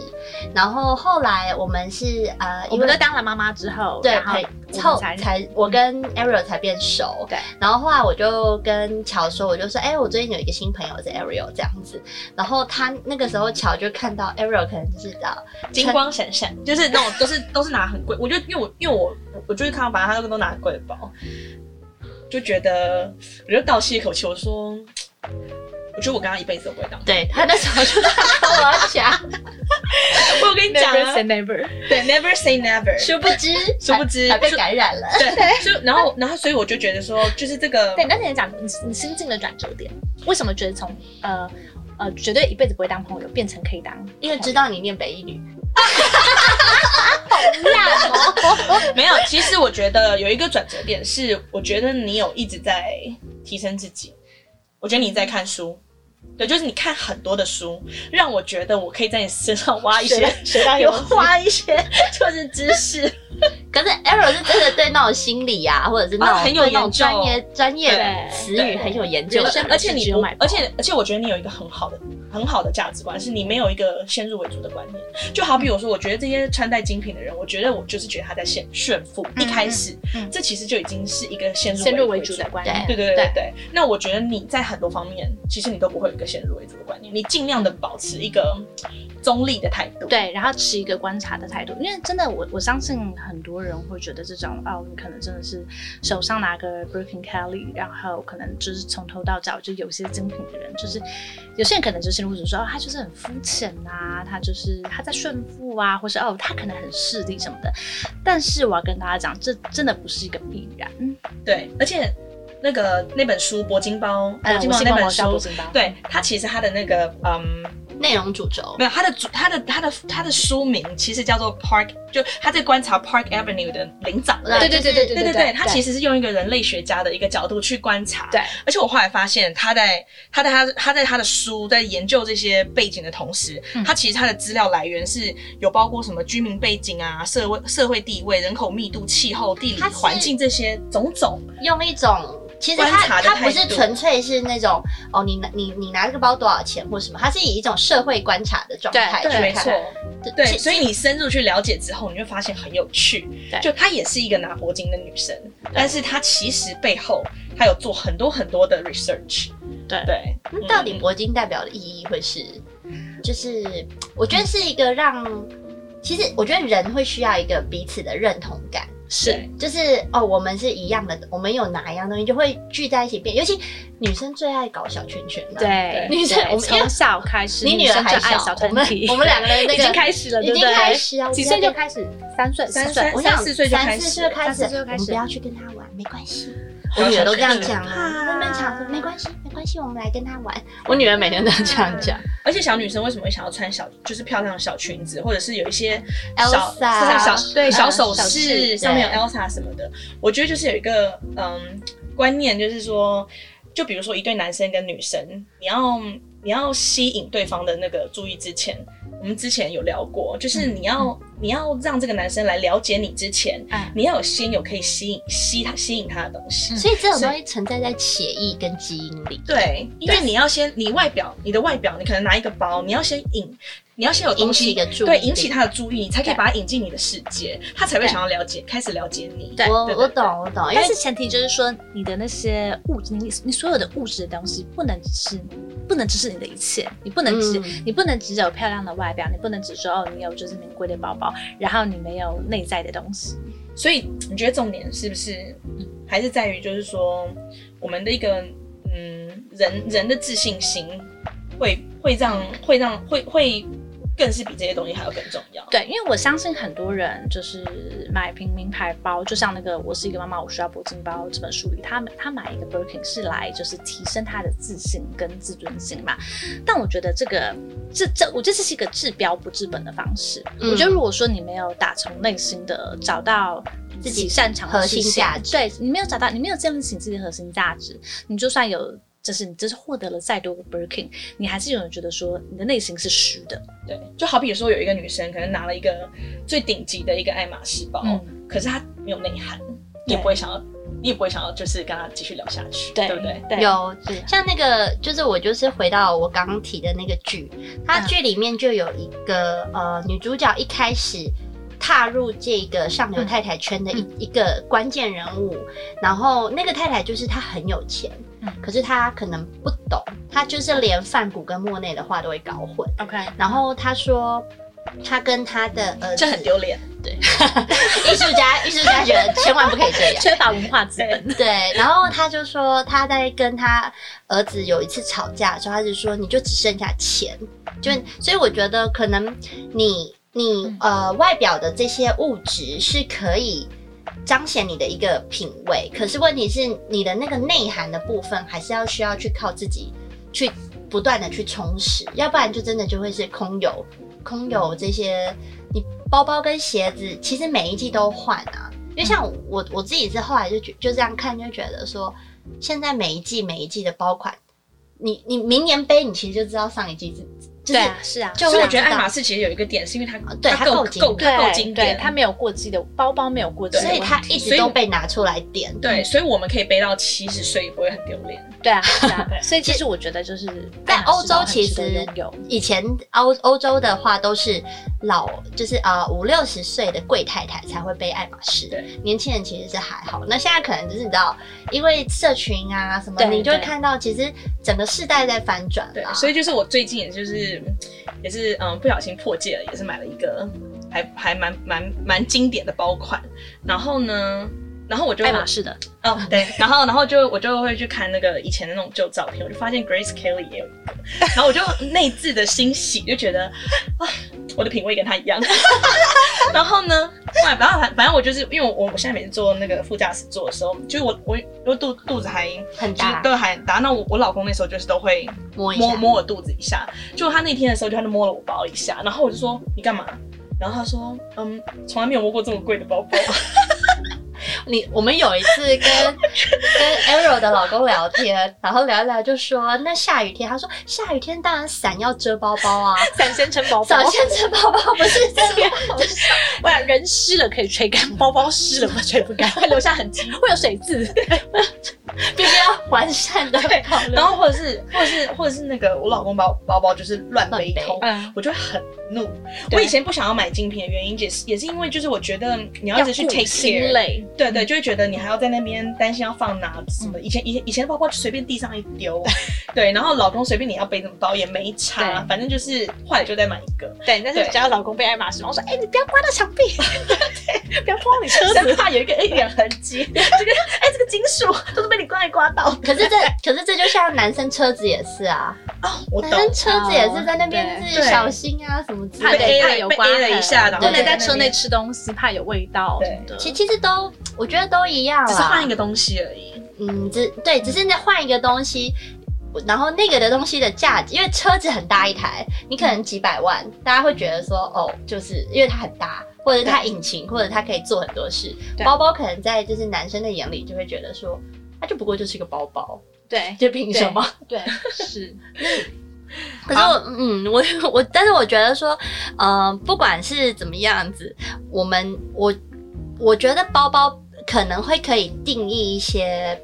Speaker 1: 然后后来我们是呃，
Speaker 2: 我
Speaker 1: 因
Speaker 2: 们
Speaker 1: 为
Speaker 2: 都当了妈妈之后，
Speaker 1: 对
Speaker 2: 然后
Speaker 1: 陪
Speaker 2: 我
Speaker 1: 凑
Speaker 2: 们才
Speaker 1: 才我跟 Ariel 才变熟，
Speaker 2: 对，
Speaker 1: 然后后来我就跟乔说，我就说，哎、我最近有一个新朋友是 Ariel 这样子，然后他那个时候乔就看到 Ariel 可能就是呃
Speaker 3: 金光闪闪，就是那种都是都是拿很贵，我就因为我因为我我就是看到把他都都拿很贵的包，就觉得我就倒吸一口气，我说，我觉得我跟他一辈子都不会当。
Speaker 1: 对他那时候就看到我要讲，
Speaker 3: 我跟你讲、
Speaker 2: never
Speaker 3: 啊
Speaker 2: say，never，
Speaker 3: 对，never say never。
Speaker 1: 殊不知
Speaker 3: 殊不知
Speaker 1: 还还被感染了。
Speaker 3: 对，就然后然后所以我就觉得说，就是这个
Speaker 2: 对，那你讲你你心境的转折点，为什么觉得从呃呃绝对一辈子不会当朋友变成可以当
Speaker 1: 因为知道你念北一女，
Speaker 2: 烂哦？
Speaker 3: 没有。其实我觉得有一个转折点是，我觉得你有一直在提升自己，我觉得你在看书。对，就是你看很多的书，让我觉得我可以在你身上挖一些
Speaker 2: 学到
Speaker 3: 有
Speaker 2: 有
Speaker 3: 花一些就是知识，
Speaker 1: 可是 Arrow 是真的对那种心理啊， 或者是那种、
Speaker 3: 哦很有
Speaker 1: 对那种
Speaker 3: 研究
Speaker 1: 专业专业
Speaker 2: 对
Speaker 1: 词语很有研究
Speaker 2: 人
Speaker 1: 的。
Speaker 2: 生
Speaker 3: 而且你
Speaker 2: 只有
Speaker 3: 不
Speaker 2: 买，包
Speaker 3: 而且而且我觉得你有一个很好的很好的价值观，是你没有一个先入为主的观念。就好比我说，我觉得这些穿戴精品的人，我觉得我就是觉得他在炫炫富，一开始
Speaker 2: 嗯嗯
Speaker 3: 这其实就已经是一个先入
Speaker 2: 先入为
Speaker 3: 为
Speaker 2: 主
Speaker 3: 的
Speaker 2: 的。观念，
Speaker 3: 对对对对对，那我觉得你在很多方面，其实你都不会有一个先入为主的观念，你尽量的保持一个中立的态度。
Speaker 2: 对，然后持一个观察的态度，因为真的我我相信很多人人会觉得这种哦，你可能真的是手上拿个 Birkin Kelly，然后可能就是从头到脚就有些精品的人，就是有些人可能就是或者说哦，他就是很肤浅啊，他就是他在炫富啊，或是哦，他可能很势利什么的。但是我要跟大家讲，这真的不是一个必然。
Speaker 3: 对，而且那个那本书《铂金包》，
Speaker 2: 呃
Speaker 3: 铂金
Speaker 2: 我
Speaker 3: 包
Speaker 2: 是
Speaker 3: 那
Speaker 2: 跟
Speaker 3: 本
Speaker 2: 我小
Speaker 3: 书
Speaker 2: 铂，金包，
Speaker 3: 对它其实它的那个嗯，
Speaker 1: 内容主轴
Speaker 3: 没有它的主它的它的它的书名其实叫做 Park，就他在观察 Park Avenue 的灵长类。
Speaker 2: 对对对对对
Speaker 3: 对对对，他其
Speaker 2: 实
Speaker 3: 实是用一个人类学家的一个角度去观察，
Speaker 2: 对
Speaker 3: 而且我后来发现，他在他在他他在他的书在研究这些背景的同时，
Speaker 2: 嗯
Speaker 3: 他其实他的资料来源是有包括什么居民背景啊、社会社会地位、人口密度、气候、地理
Speaker 1: 他是
Speaker 3: 环境这些种种。
Speaker 1: 用一种。其实
Speaker 3: 观
Speaker 1: 它
Speaker 3: 察的
Speaker 1: 它不
Speaker 3: 态
Speaker 1: 是
Speaker 3: 度
Speaker 1: 纯粹是那种哦，你拿你你拿这个包多少钱或什么，它是以一种社会观察的状态
Speaker 2: 对
Speaker 1: 去
Speaker 3: 没
Speaker 1: 看
Speaker 3: 错，
Speaker 1: 对
Speaker 3: 对，
Speaker 1: 其
Speaker 3: 所以你深入去了解之后，你会发现很有趣。
Speaker 2: 对
Speaker 3: 就她也是一个拿铂金的女生，但是她其实背后她有做很多很多的 research
Speaker 2: 对
Speaker 3: 对。
Speaker 1: 那
Speaker 3: 嗯
Speaker 1: 到底铂金代表的意义会是，就是我觉得是一个让，其实我觉得人会需要一个彼此的认同感。
Speaker 2: 是
Speaker 3: 对
Speaker 1: 就是哦，我们是一样的，我们有哪一样东西就会聚在一起变。尤其女生最爱搞小圈圈了，，
Speaker 2: 对
Speaker 1: 女生
Speaker 2: 对
Speaker 1: 我们因为
Speaker 2: 从小开始，
Speaker 1: 你女儿
Speaker 2: 生就
Speaker 1: 还
Speaker 2: 爱
Speaker 1: 小，
Speaker 2: 小
Speaker 1: 我
Speaker 2: 团
Speaker 1: 们
Speaker 2: 体，
Speaker 1: 我们两个人那
Speaker 2: 已经
Speaker 1: 个
Speaker 2: 开始了，
Speaker 1: 已
Speaker 2: 对不
Speaker 1: 经
Speaker 2: 对
Speaker 1: 开始啊，
Speaker 2: 几
Speaker 1: 我们
Speaker 2: 岁
Speaker 1: 不
Speaker 2: 就
Speaker 1: 要跟。
Speaker 2: 开始？三岁，
Speaker 3: 三
Speaker 2: 四岁
Speaker 3: 岁。
Speaker 1: 我想
Speaker 3: 三四岁就开
Speaker 1: 三
Speaker 3: 始
Speaker 1: 四岁就开始，
Speaker 2: 三四岁就
Speaker 1: 我
Speaker 2: 开
Speaker 1: 们
Speaker 2: 始
Speaker 1: 不要去跟他玩，没关系。我女儿都这样讲啊了，
Speaker 2: 怕
Speaker 1: 那边讲说没关系，没关系，我们来跟他玩。我女儿每天都这样讲。
Speaker 3: 而且小女生为什么会想要穿小，就是漂亮的小裙子，或者是有一些小
Speaker 1: Elsa
Speaker 3: 小
Speaker 2: 对
Speaker 3: 小首
Speaker 2: 小饰
Speaker 3: 饰
Speaker 2: 对
Speaker 3: 上面有 Elsa 什么的？我觉得就是有一个嗯观念，就是说，就比如说一对男生跟女生，你要你要吸引对方的那个注意之前，我们之前有聊过，就是你要、你要让这个男生来了解你之前，
Speaker 2: 嗯
Speaker 3: 你要有先有可以吸引吸他吸引他的东西。
Speaker 2: 嗯
Speaker 1: 所以这种东西存在在潜意跟基因里，
Speaker 3: 对，因为你要先，你外表，你的外表，你可能拿一个包，你要先引，你要先有
Speaker 1: 引
Speaker 3: 东
Speaker 1: 起
Speaker 3: 西
Speaker 1: 一个注意，
Speaker 3: 对，引起。他的注意，你才可以
Speaker 2: 对
Speaker 3: 把他引进你的世界，他才会
Speaker 2: 对
Speaker 3: 想要了解，开始了解你。
Speaker 2: 对
Speaker 1: 我
Speaker 3: 对
Speaker 1: 我懂我懂，因
Speaker 2: 但
Speaker 1: 为
Speaker 2: 是前提就是说，你的那些物质，你你所有的物质的东西，不能只是不能只是你的一切，你不能只、
Speaker 1: 嗯
Speaker 2: 你不能只有漂亮的外表，你不能只说哦，你有就是名贵的包包，然后你没有内在的东西。
Speaker 3: 所以你觉得重点是不是还是在于，就是说我们的一个嗯人人的自信心会会让会让会会更是比这些东西还要更重要。
Speaker 2: 对，因为我相信很多人就是买平名牌包，就像那个《我是一个妈妈，我需要铂金包》这本书里，他们他买一个 Birkin 是来就是提升他的自信跟自尊心嘛。但我觉得这个这这，我觉得这是一个治标不治本的方式。
Speaker 1: 嗯
Speaker 2: 我觉得如果说你没有打从内心的找到。
Speaker 1: 自
Speaker 2: 自
Speaker 1: 己
Speaker 2: 己擅长的
Speaker 1: 核
Speaker 2: 事
Speaker 1: 心
Speaker 2: 情
Speaker 1: 价值
Speaker 2: 对你没有找到，你没有建立起自己的核心价值，你就算有，就是你就是获得了再多个 Birkin，你还是有人觉得说你的内心是虚的，
Speaker 3: 对，就好比说有一个女生可能拿了一个最顶级的一个爱马仕包，
Speaker 2: 嗯
Speaker 3: 可是她没有内涵，你也不会想要，你也不会想要就是跟她继续聊下去，对不对？
Speaker 2: 对，
Speaker 1: 有
Speaker 2: 对
Speaker 1: 像那个，就是我就是回到我刚刚提的那个剧，它
Speaker 2: 嗯
Speaker 1: 剧里面就有一个
Speaker 3: 嗯
Speaker 1: 呃女主角一开始踏入这个上流太太圈的一、
Speaker 3: 嗯
Speaker 1: 一个关键人物，然后那个太太就是她很有钱，
Speaker 2: 嗯
Speaker 1: 可是她可能不懂，她就是连梵谷跟莫内的话都会搞混，
Speaker 2: OK，
Speaker 1: 然后她说。她跟她的呃，
Speaker 3: 这很丢脸。
Speaker 1: 艺术家，艺术家觉得千万不可以这样，
Speaker 2: 缺乏文化资本。
Speaker 1: 对，然后他就说他在跟他儿子有一次吵架的时候，他就说你就只剩下钱，就所以我觉得可能你你
Speaker 2: 嗯
Speaker 1: 呃外表的这些物质是可以彰显你的一个品味，可是问题是你的那个内涵的部分还是要需要去靠自己去不断的去充实，要不然就真的就会是空有空有这些你包包跟鞋子，其实每一季都换啊。因为像我我自己是后来就觉就这样看，就觉得说，现在每一季每一季的包款，你你明年背你其实就知道上一季是，就是、，
Speaker 2: 是啊，
Speaker 1: 就
Speaker 3: 所
Speaker 1: 会
Speaker 3: 以我觉得爱
Speaker 1: 知道
Speaker 3: 马仕其实有一个点，是因为它
Speaker 1: 对它
Speaker 3: 够
Speaker 1: 够经
Speaker 3: 够
Speaker 1: 典
Speaker 3: 够经典，
Speaker 2: 它没有过季的包包，没有过季的
Speaker 1: 所
Speaker 2: 问
Speaker 1: 以
Speaker 2: 题，
Speaker 1: 它一
Speaker 3: 所
Speaker 1: 直
Speaker 3: 以
Speaker 1: 都被拿出来点。嗯
Speaker 3: 对，所以我们可以背到七十岁也不会很丢脸。
Speaker 2: 对啊，是啊
Speaker 3: 对
Speaker 2: 所以其实我觉得就是
Speaker 1: 在
Speaker 2: 爱马仕
Speaker 1: 欧洲
Speaker 2: 包很
Speaker 1: 其
Speaker 2: 值得
Speaker 1: 实
Speaker 2: 拥有，
Speaker 1: 以前欧欧洲的话都是老，就是呃五六十岁的贵太太才会背爱马仕
Speaker 3: 对，
Speaker 1: 年轻人其实是还好。那现在可能就是你知道，因为社群啊什么，
Speaker 2: 对
Speaker 1: 你就会
Speaker 2: 对
Speaker 1: 看到其实整个世代在翻转啊
Speaker 3: 对
Speaker 1: 啦。，
Speaker 3: 所
Speaker 1: 以
Speaker 3: 以就是我最近也就是也是嗯不小心破戒了，也是买了一个还还蛮蛮蛮经典的包款。然后呢，然后我就
Speaker 2: 爱马仕的，
Speaker 3: 哦，对，然后然后就我就会去看那个以前的那种旧照片，我就发现 Grace Kelly 也有一个，然后我就内自的欣喜，就觉得啊，我的品味跟她一样。 然后呢，后来反正反正我就是因为我我现在每次坐那个副驾驶座的时候，就是我我我肚肚子还
Speaker 1: 很
Speaker 3: 就是
Speaker 1: 大，
Speaker 3: 都还很大，那我我老公那时候就是都会
Speaker 1: 摸一
Speaker 3: 摸
Speaker 1: 下，
Speaker 3: 摸我肚子一下，就他那天的时候，就他就摸了我包一下，然后我就说你干嘛？然后他说，嗯，从来没有摸过这么贵的包包。
Speaker 1: 你我们有一次 跟跟 Arrow 的老公聊天，然后聊一聊就说，那下雨天，他说下雨天当然伞要遮包包啊，
Speaker 2: 伞先撑包包
Speaker 1: 伞，先遮包包不 是这样，
Speaker 2: 不然人湿了可以吹干，包包湿了吹不干，会留下痕迹，会有水渍。
Speaker 1: 必须要完善的
Speaker 3: 对
Speaker 1: 讨论。
Speaker 3: 然后或者是或者是或者是那个我老公把我包包就是乱背一通
Speaker 1: 乱，
Speaker 2: 嗯，
Speaker 3: 我就会很怒。
Speaker 2: 对
Speaker 3: 我以前不想要买精品的原因，也是也是因为就是我觉得你要一直去
Speaker 2: 顾
Speaker 3: take
Speaker 2: 心
Speaker 3: care。
Speaker 2: 累，
Speaker 3: 对对，就会觉得你还要在那边担心要放哪什么。以前以前以前的包包就随便地上一 丢，对，然后老公随便你要背怎么包也没差，
Speaker 1: 对
Speaker 3: 反正就是坏了就再买一个。
Speaker 2: 对。但是
Speaker 3: 对
Speaker 2: 只要老公被爱马仕，我说，哎，你不要刮到墙壁，不要刮到你车
Speaker 3: 生
Speaker 2: 子。
Speaker 3: 怕有一个一点痕迹，这个哎，这个金属都是被你刮来刮到的。
Speaker 1: 可是这可是这就像男生车子也是啊，
Speaker 3: 哦，我
Speaker 1: 男
Speaker 3: 懂。
Speaker 1: 生车子也是在那边
Speaker 2: 哦
Speaker 1: 自
Speaker 3: 对
Speaker 1: 己小心啊什么之
Speaker 3: 怕
Speaker 1: 类
Speaker 3: 被
Speaker 1: 的。
Speaker 2: 对
Speaker 3: A
Speaker 2: 怕有
Speaker 3: 了，被
Speaker 2: 刮
Speaker 3: A 了
Speaker 2: 痕
Speaker 3: 一下，然后
Speaker 2: 不能
Speaker 1: 对
Speaker 2: 在
Speaker 3: 在
Speaker 2: 车
Speaker 3: 那
Speaker 2: 内
Speaker 3: 边，
Speaker 2: 吃东西，怕有味道什么的。
Speaker 1: 其其实都，我觉得都一样
Speaker 3: 只是换一
Speaker 1: 个，
Speaker 3: 个东西而已。
Speaker 1: 嗯，只对，只是那换一个东西，然后那个的东西的价值，因为车子很大一台，你可能几百万，大家会觉得说，哦，就是因为它很大，或者它引擎，或者它可以做很多事。
Speaker 2: 对
Speaker 1: 包包可能在就是男生的眼里就会觉得说，它就不过就是一个包包，
Speaker 2: 对
Speaker 1: 就凭什么？
Speaker 2: 对是，
Speaker 1: 可是我，嗯，我 我，但是我觉得说，呃，不管是怎么样子，我们我我觉得包包可能会可以定义一些，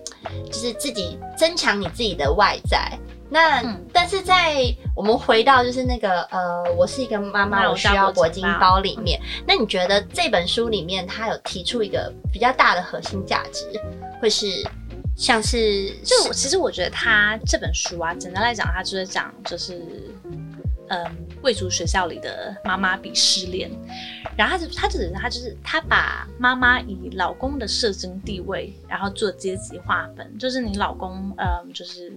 Speaker 1: 就是自己增强你自己的外在。那、
Speaker 2: 嗯
Speaker 1: 但是在我们回到就是那个呃，我是一个妈
Speaker 2: 妈
Speaker 1: 妈，
Speaker 2: 我
Speaker 1: 我需
Speaker 2: 需要
Speaker 1: 要
Speaker 2: 裹
Speaker 1: 铂
Speaker 2: 金
Speaker 1: 金
Speaker 2: 包
Speaker 1: 包里面，
Speaker 2: 嗯
Speaker 1: 那你觉得这本书里面它有提出一个比较大的核心价值，会是像是
Speaker 2: 就我其实我觉得他这本书啊，简单来讲，他就是讲就是，嗯，贵族学校里的妈妈比失恋，然后他就他只是他就是他把妈妈以老公的社经地位，然后做阶级划分，就是你老公，嗯，就是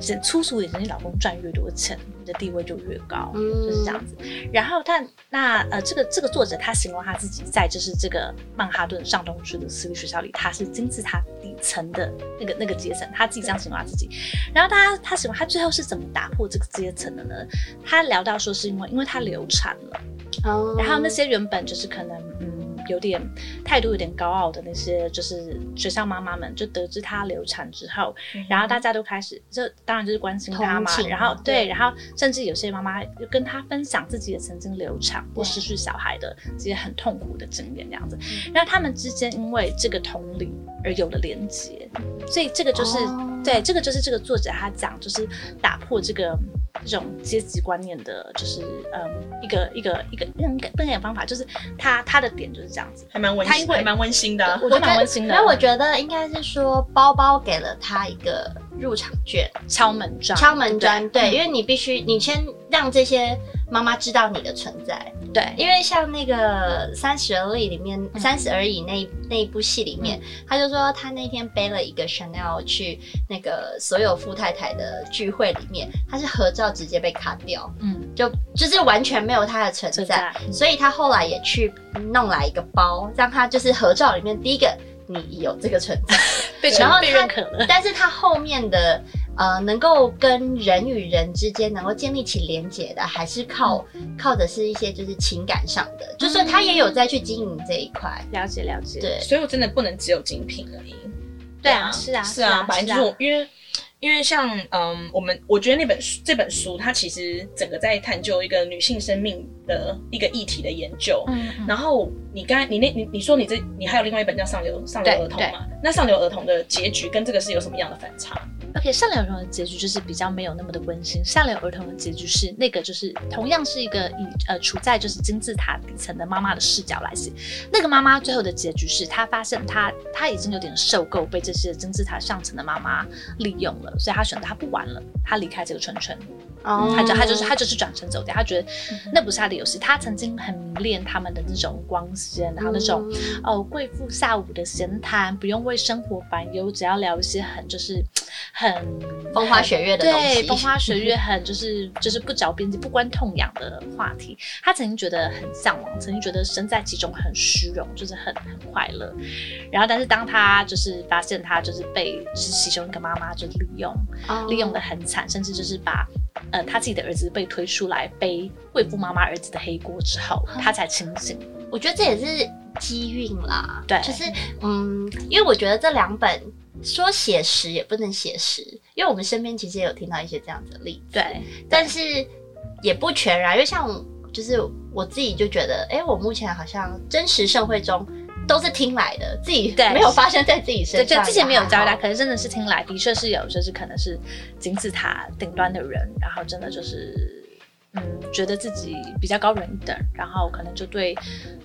Speaker 2: 是粗俗一点，你老公赚越多钱，你的地位就越高，
Speaker 1: 嗯
Speaker 2: 就是这样子。然后但那呃，这个这个作者他形容他自己在就是这个曼哈顿上东区的私立学校里，他是金字塔底层的那个那个阶层，他自己这样形容他自己。然后他他形容他最后是怎么打破这个阶层的呢？他聊到说是因为因为他流产了。
Speaker 1: 嗯
Speaker 2: 然后那些原本就是可能嗯有点态度有点高傲的那些就是学校妈妈们，就得知她流产之后，
Speaker 3: 嗯
Speaker 2: 然后大家都开始就当然就是关心她嘛
Speaker 1: 同，情
Speaker 2: 然后对，
Speaker 1: 对
Speaker 2: 然后甚至有些妈妈就跟她分享自己也曾经流产或
Speaker 1: 对
Speaker 2: 失去小孩的这些很痛苦的经验这样子，
Speaker 1: 嗯
Speaker 2: 然后他们之间因为这个同理而有了连接，所以这个就是、
Speaker 1: 哦
Speaker 2: 对，这个就是这个作者他讲，就是打破这个这种阶级观念的，就是嗯，一个一个一个那个那个方法，就是他他的点就是这样子，
Speaker 3: 还蛮温
Speaker 2: 他因
Speaker 3: 馨，
Speaker 2: 为
Speaker 3: 还蛮温馨的啊。
Speaker 2: 我觉得蛮温馨的
Speaker 1: 那。我觉得应该是说，包包给了他一个入场券、
Speaker 2: 敲门砖，
Speaker 1: 敲门砖，对，因
Speaker 2: 为
Speaker 1: 为你必须你先让这些妈妈知道你的存在，
Speaker 2: 对
Speaker 1: 因为像那个《三十而已》里面，
Speaker 2: 嗯
Speaker 1: 《三十而已》那一那一部戏里面，他就说他那天背了一个 Chanel 去那个所有富太太的聚会里面，他是合照直接被卡掉，
Speaker 2: 嗯
Speaker 1: 就就是完全没有他的存
Speaker 2: 存
Speaker 1: 在。
Speaker 2: 在
Speaker 1: 所以他后来也去弄来一个包，让他就是合照里面第一个你有这个存 在，
Speaker 2: 被
Speaker 1: 然后
Speaker 2: 被
Speaker 1: 他
Speaker 2: 认可了，
Speaker 1: 但是他后面的呃，能够跟人与人之间能够建立起连结的，还是靠、
Speaker 2: 嗯
Speaker 1: 靠的是一些就是情感上的，就是他也有在去经营这一块。
Speaker 2: 了解了解，
Speaker 1: 对，
Speaker 3: 所以我真的不能只有精品而已。
Speaker 2: 对啊，是啊
Speaker 3: 是啊，反
Speaker 2: 是
Speaker 3: 正
Speaker 2: 啊
Speaker 3: 就是我因为。因为像嗯，我们我觉得那本书这本书，它其实整个在探究一个女性生命的一个议题的研究。
Speaker 2: 嗯嗯
Speaker 3: 然后你刚才你那你你说你这你还有另外一本叫《上流上流
Speaker 2: 对
Speaker 3: 儿童》嘛？那上流儿童的结局跟这个是有什么样的反差？
Speaker 2: OK，上流儿童的结局就是比较没有那么的温馨。下流儿童的结局是那个，就是同样是一个以呃处在就是金字塔底层的妈妈的视角来写。那个妈妈最后的结局是她发现她她已经有点受够被这些金字塔上层的妈妈利用了，所以她选择她不玩了，她离开这个圈圈。
Speaker 1: 哦
Speaker 2: 嗯他就他就是他就是转身走掉，他觉得那不是他的游戏。他曾经很迷恋他们的那种光鲜，然后那种、
Speaker 1: 嗯
Speaker 2: 哦贵妇下午的闲谈，不用为生活烦忧，只要聊一些很就是很
Speaker 1: 风花雪月的东西
Speaker 2: 对风花雪月很就是就是不着边际、不关痛痒的话题。他曾经觉得很向往，曾经觉得身在其中很虚荣，就是很很快乐。然后，但是当他就是发现他就是被就是其中一个妈妈就利用，
Speaker 1: 哦
Speaker 2: 利用的很惨，甚至就是把呃他自己的儿子被推出来背贵妇妈妈儿子的黑锅之后，
Speaker 1: 哦
Speaker 2: 他才清醒。
Speaker 1: 我觉得这也是机运啦，
Speaker 2: 对
Speaker 1: 就是嗯，因为我觉得这两本说写实也不能写实，因为我们身边其实也有听到一些这样子的例子，
Speaker 2: 对，
Speaker 1: 但是也不全然，因为像就是我自己就觉得，哎、我目前好像真实社会中都是听来的，自己
Speaker 2: 对
Speaker 1: 没有发生在自己
Speaker 2: 对，
Speaker 1: 身
Speaker 2: 就
Speaker 1: 上，
Speaker 2: 之前没有
Speaker 1: 也还
Speaker 2: 交
Speaker 1: 好
Speaker 2: 代，可是真的是听来，的确是有，就是可能是金字塔顶端的人，然后真的就是。嗯，觉得自己比较高人一等，然后可能就对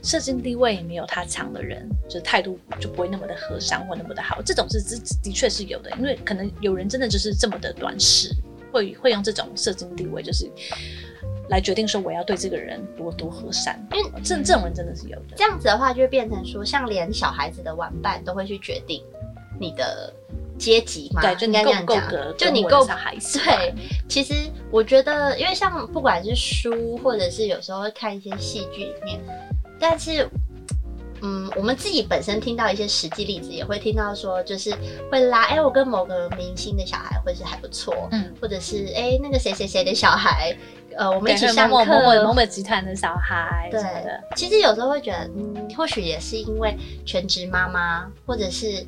Speaker 2: 社经地位也没有他强的人，就是态度就不会那么的和善或那么的好。这种是的的确是有的，因为可能有人真的就是这么的短视，会会用这种社经地位就是来决定说我要对这个人多多和善，因为这这种人真的是有的。
Speaker 1: 这样子的话，就会变成说，像连小孩子的玩伴都会去决定你的阶级嘛？
Speaker 2: 对，就
Speaker 1: 应
Speaker 2: 你
Speaker 1: 该这
Speaker 2: 够
Speaker 1: 样
Speaker 2: 够
Speaker 1: 讲
Speaker 2: 格，
Speaker 1: 就你
Speaker 2: 跟
Speaker 1: 够
Speaker 2: 我的小孩子
Speaker 1: 对，其实我觉得，因为像不管是书，或者是有时候会看一些戏剧里面，但是，嗯，我们自己本身听到一些实际例子，也会听到说，就是会拉，哎、我跟某个明星的小孩，或是还不错，
Speaker 2: 嗯，
Speaker 1: 或者是哎、那个谁谁谁的小孩，呃，我们一起
Speaker 2: 对
Speaker 1: 上
Speaker 2: 某
Speaker 1: 课，
Speaker 2: 某某某某某集团的小孩
Speaker 1: 对
Speaker 2: 什么的，，
Speaker 1: 其实有时候会觉得，嗯，或许也是因为全职妈妈，或者是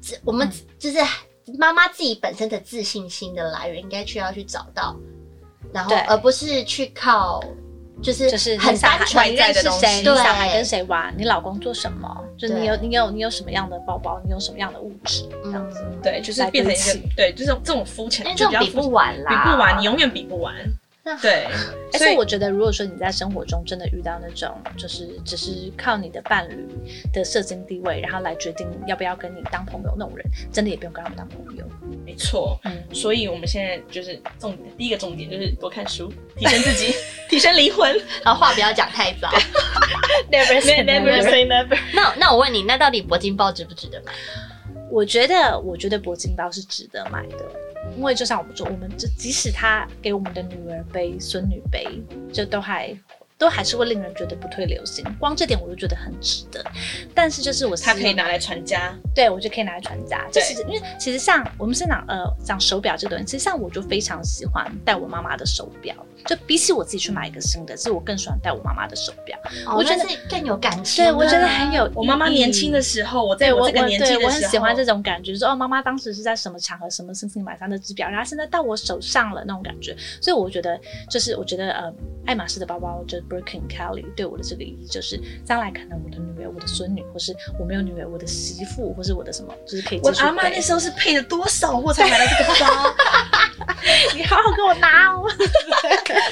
Speaker 1: 自我们
Speaker 2: 嗯
Speaker 1: 就是妈妈自己本身的自信心的来源，应该去要去找到，然后
Speaker 2: 对
Speaker 1: 而不是去靠就是
Speaker 2: 就是
Speaker 1: 很
Speaker 2: 你小
Speaker 1: 单
Speaker 2: 孩
Speaker 1: 纯
Speaker 3: 外
Speaker 2: 你
Speaker 3: 在
Speaker 1: 认
Speaker 2: 认
Speaker 3: 的
Speaker 1: 识谁，
Speaker 2: 识谁，
Speaker 3: 东西
Speaker 2: 你
Speaker 1: 对，
Speaker 2: 小孩跟谁玩，你老公做什么，就
Speaker 1: 对
Speaker 2: 你有你有你有什么样的包包，你有什么样的物质，这样子。
Speaker 1: 嗯，
Speaker 3: 对，就是
Speaker 2: 来
Speaker 3: 变
Speaker 2: 堆
Speaker 3: 成一个
Speaker 2: 砌
Speaker 3: 对，就是这种肤浅
Speaker 1: 因为，这
Speaker 3: 就
Speaker 1: 种
Speaker 3: 比较
Speaker 1: 比
Speaker 3: 肤
Speaker 1: 不完啊
Speaker 3: 比
Speaker 1: 啦，
Speaker 3: 不完，你永远比不完。对，
Speaker 2: 而
Speaker 3: 所
Speaker 2: 且
Speaker 3: 以
Speaker 2: 哎我觉得，如果说你在生活中真的遇到那种，就是只是靠你的伴侣的社经地位，然后来决定要不要跟你当朋友那种人，真的也不用跟他们当朋友。
Speaker 3: 没错。
Speaker 2: 嗯，
Speaker 3: 所以我们现在就是重点，第一个重点就是多看 书，提升自己，提升灵魂。
Speaker 1: 然后话不要讲太早。
Speaker 2: Never 啊 say
Speaker 3: Never say never。
Speaker 1: 那那我问你，那到底铂金包值不值得买？
Speaker 2: 我觉得，我觉得铂金包是值得买的，因为就像我们说，我们就即使他给我们的女儿背、孙女背，就都还都还是会令人觉得不退流行。光这点我就觉得很值得。但是就是我希
Speaker 3: 它
Speaker 2: 望
Speaker 3: 可以拿来传家，
Speaker 2: 对我就可以拿来传家。就是因为其实像我们是讲呃讲手表这个东西，其实像我就非常喜欢戴我妈妈的手表，就比起我自己去买一个新的，是我更喜欢戴我妈妈的手表。
Speaker 1: 我
Speaker 2: 我
Speaker 1: 觉
Speaker 2: 觉
Speaker 1: 得
Speaker 2: 得
Speaker 1: 更有感情啊。
Speaker 2: 对，我觉得很有意义。
Speaker 3: 我妈妈年轻的时候，我在
Speaker 2: 对我
Speaker 3: 这个
Speaker 2: 我
Speaker 3: 年
Speaker 2: 嗯对
Speaker 3: 纪的时候，
Speaker 2: 我很喜欢这种感觉，就是哦，妈妈当时是在什么场合、什么心情买下那只表，然后现在到我手上了那种感觉，所以我觉得就是我觉得呃，爱马仕的包包就是 Birkin Kelly 对我的这个意义，就是将来可能我的女儿、我的孙女，或是我没有女儿，我的媳妇，或是我的什么，就是可以
Speaker 3: 我
Speaker 2: 继续
Speaker 3: 阿妈
Speaker 2: 背
Speaker 3: 那时候是配了多少货才买到这个 包？
Speaker 2: 你好好给我拿哦。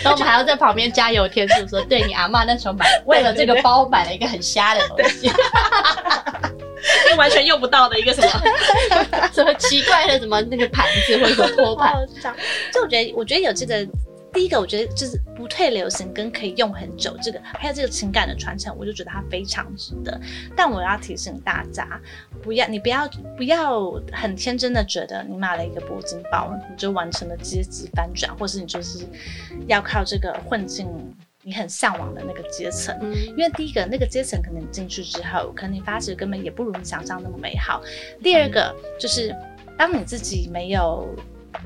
Speaker 1: 然后我们还要在旁边加油添醋，说对你阿妈那时候买，为了这个包买了一个很瞎的东西，
Speaker 3: 就完全用不到的一个什么？
Speaker 1: 什么奇怪的什么那个盘子或者说托盘，
Speaker 2: 哦，这样。就我觉得，我觉得有这个。第一个，我觉得就是不退流行跟可以用很久，这个还有这个情感的传承，我就觉得它非常值得。但我要提醒大家，不要你不要不要很天真的觉得你买了一个铂金包，你就完成了阶级翻转，或是你就是要靠这个混进你很向往的那个阶层。因
Speaker 1: 嗯
Speaker 2: 为第一个，那个阶层可能你进去之后，可能你发觉根本也不如你想象那么美好。第二个就是，当你自己没有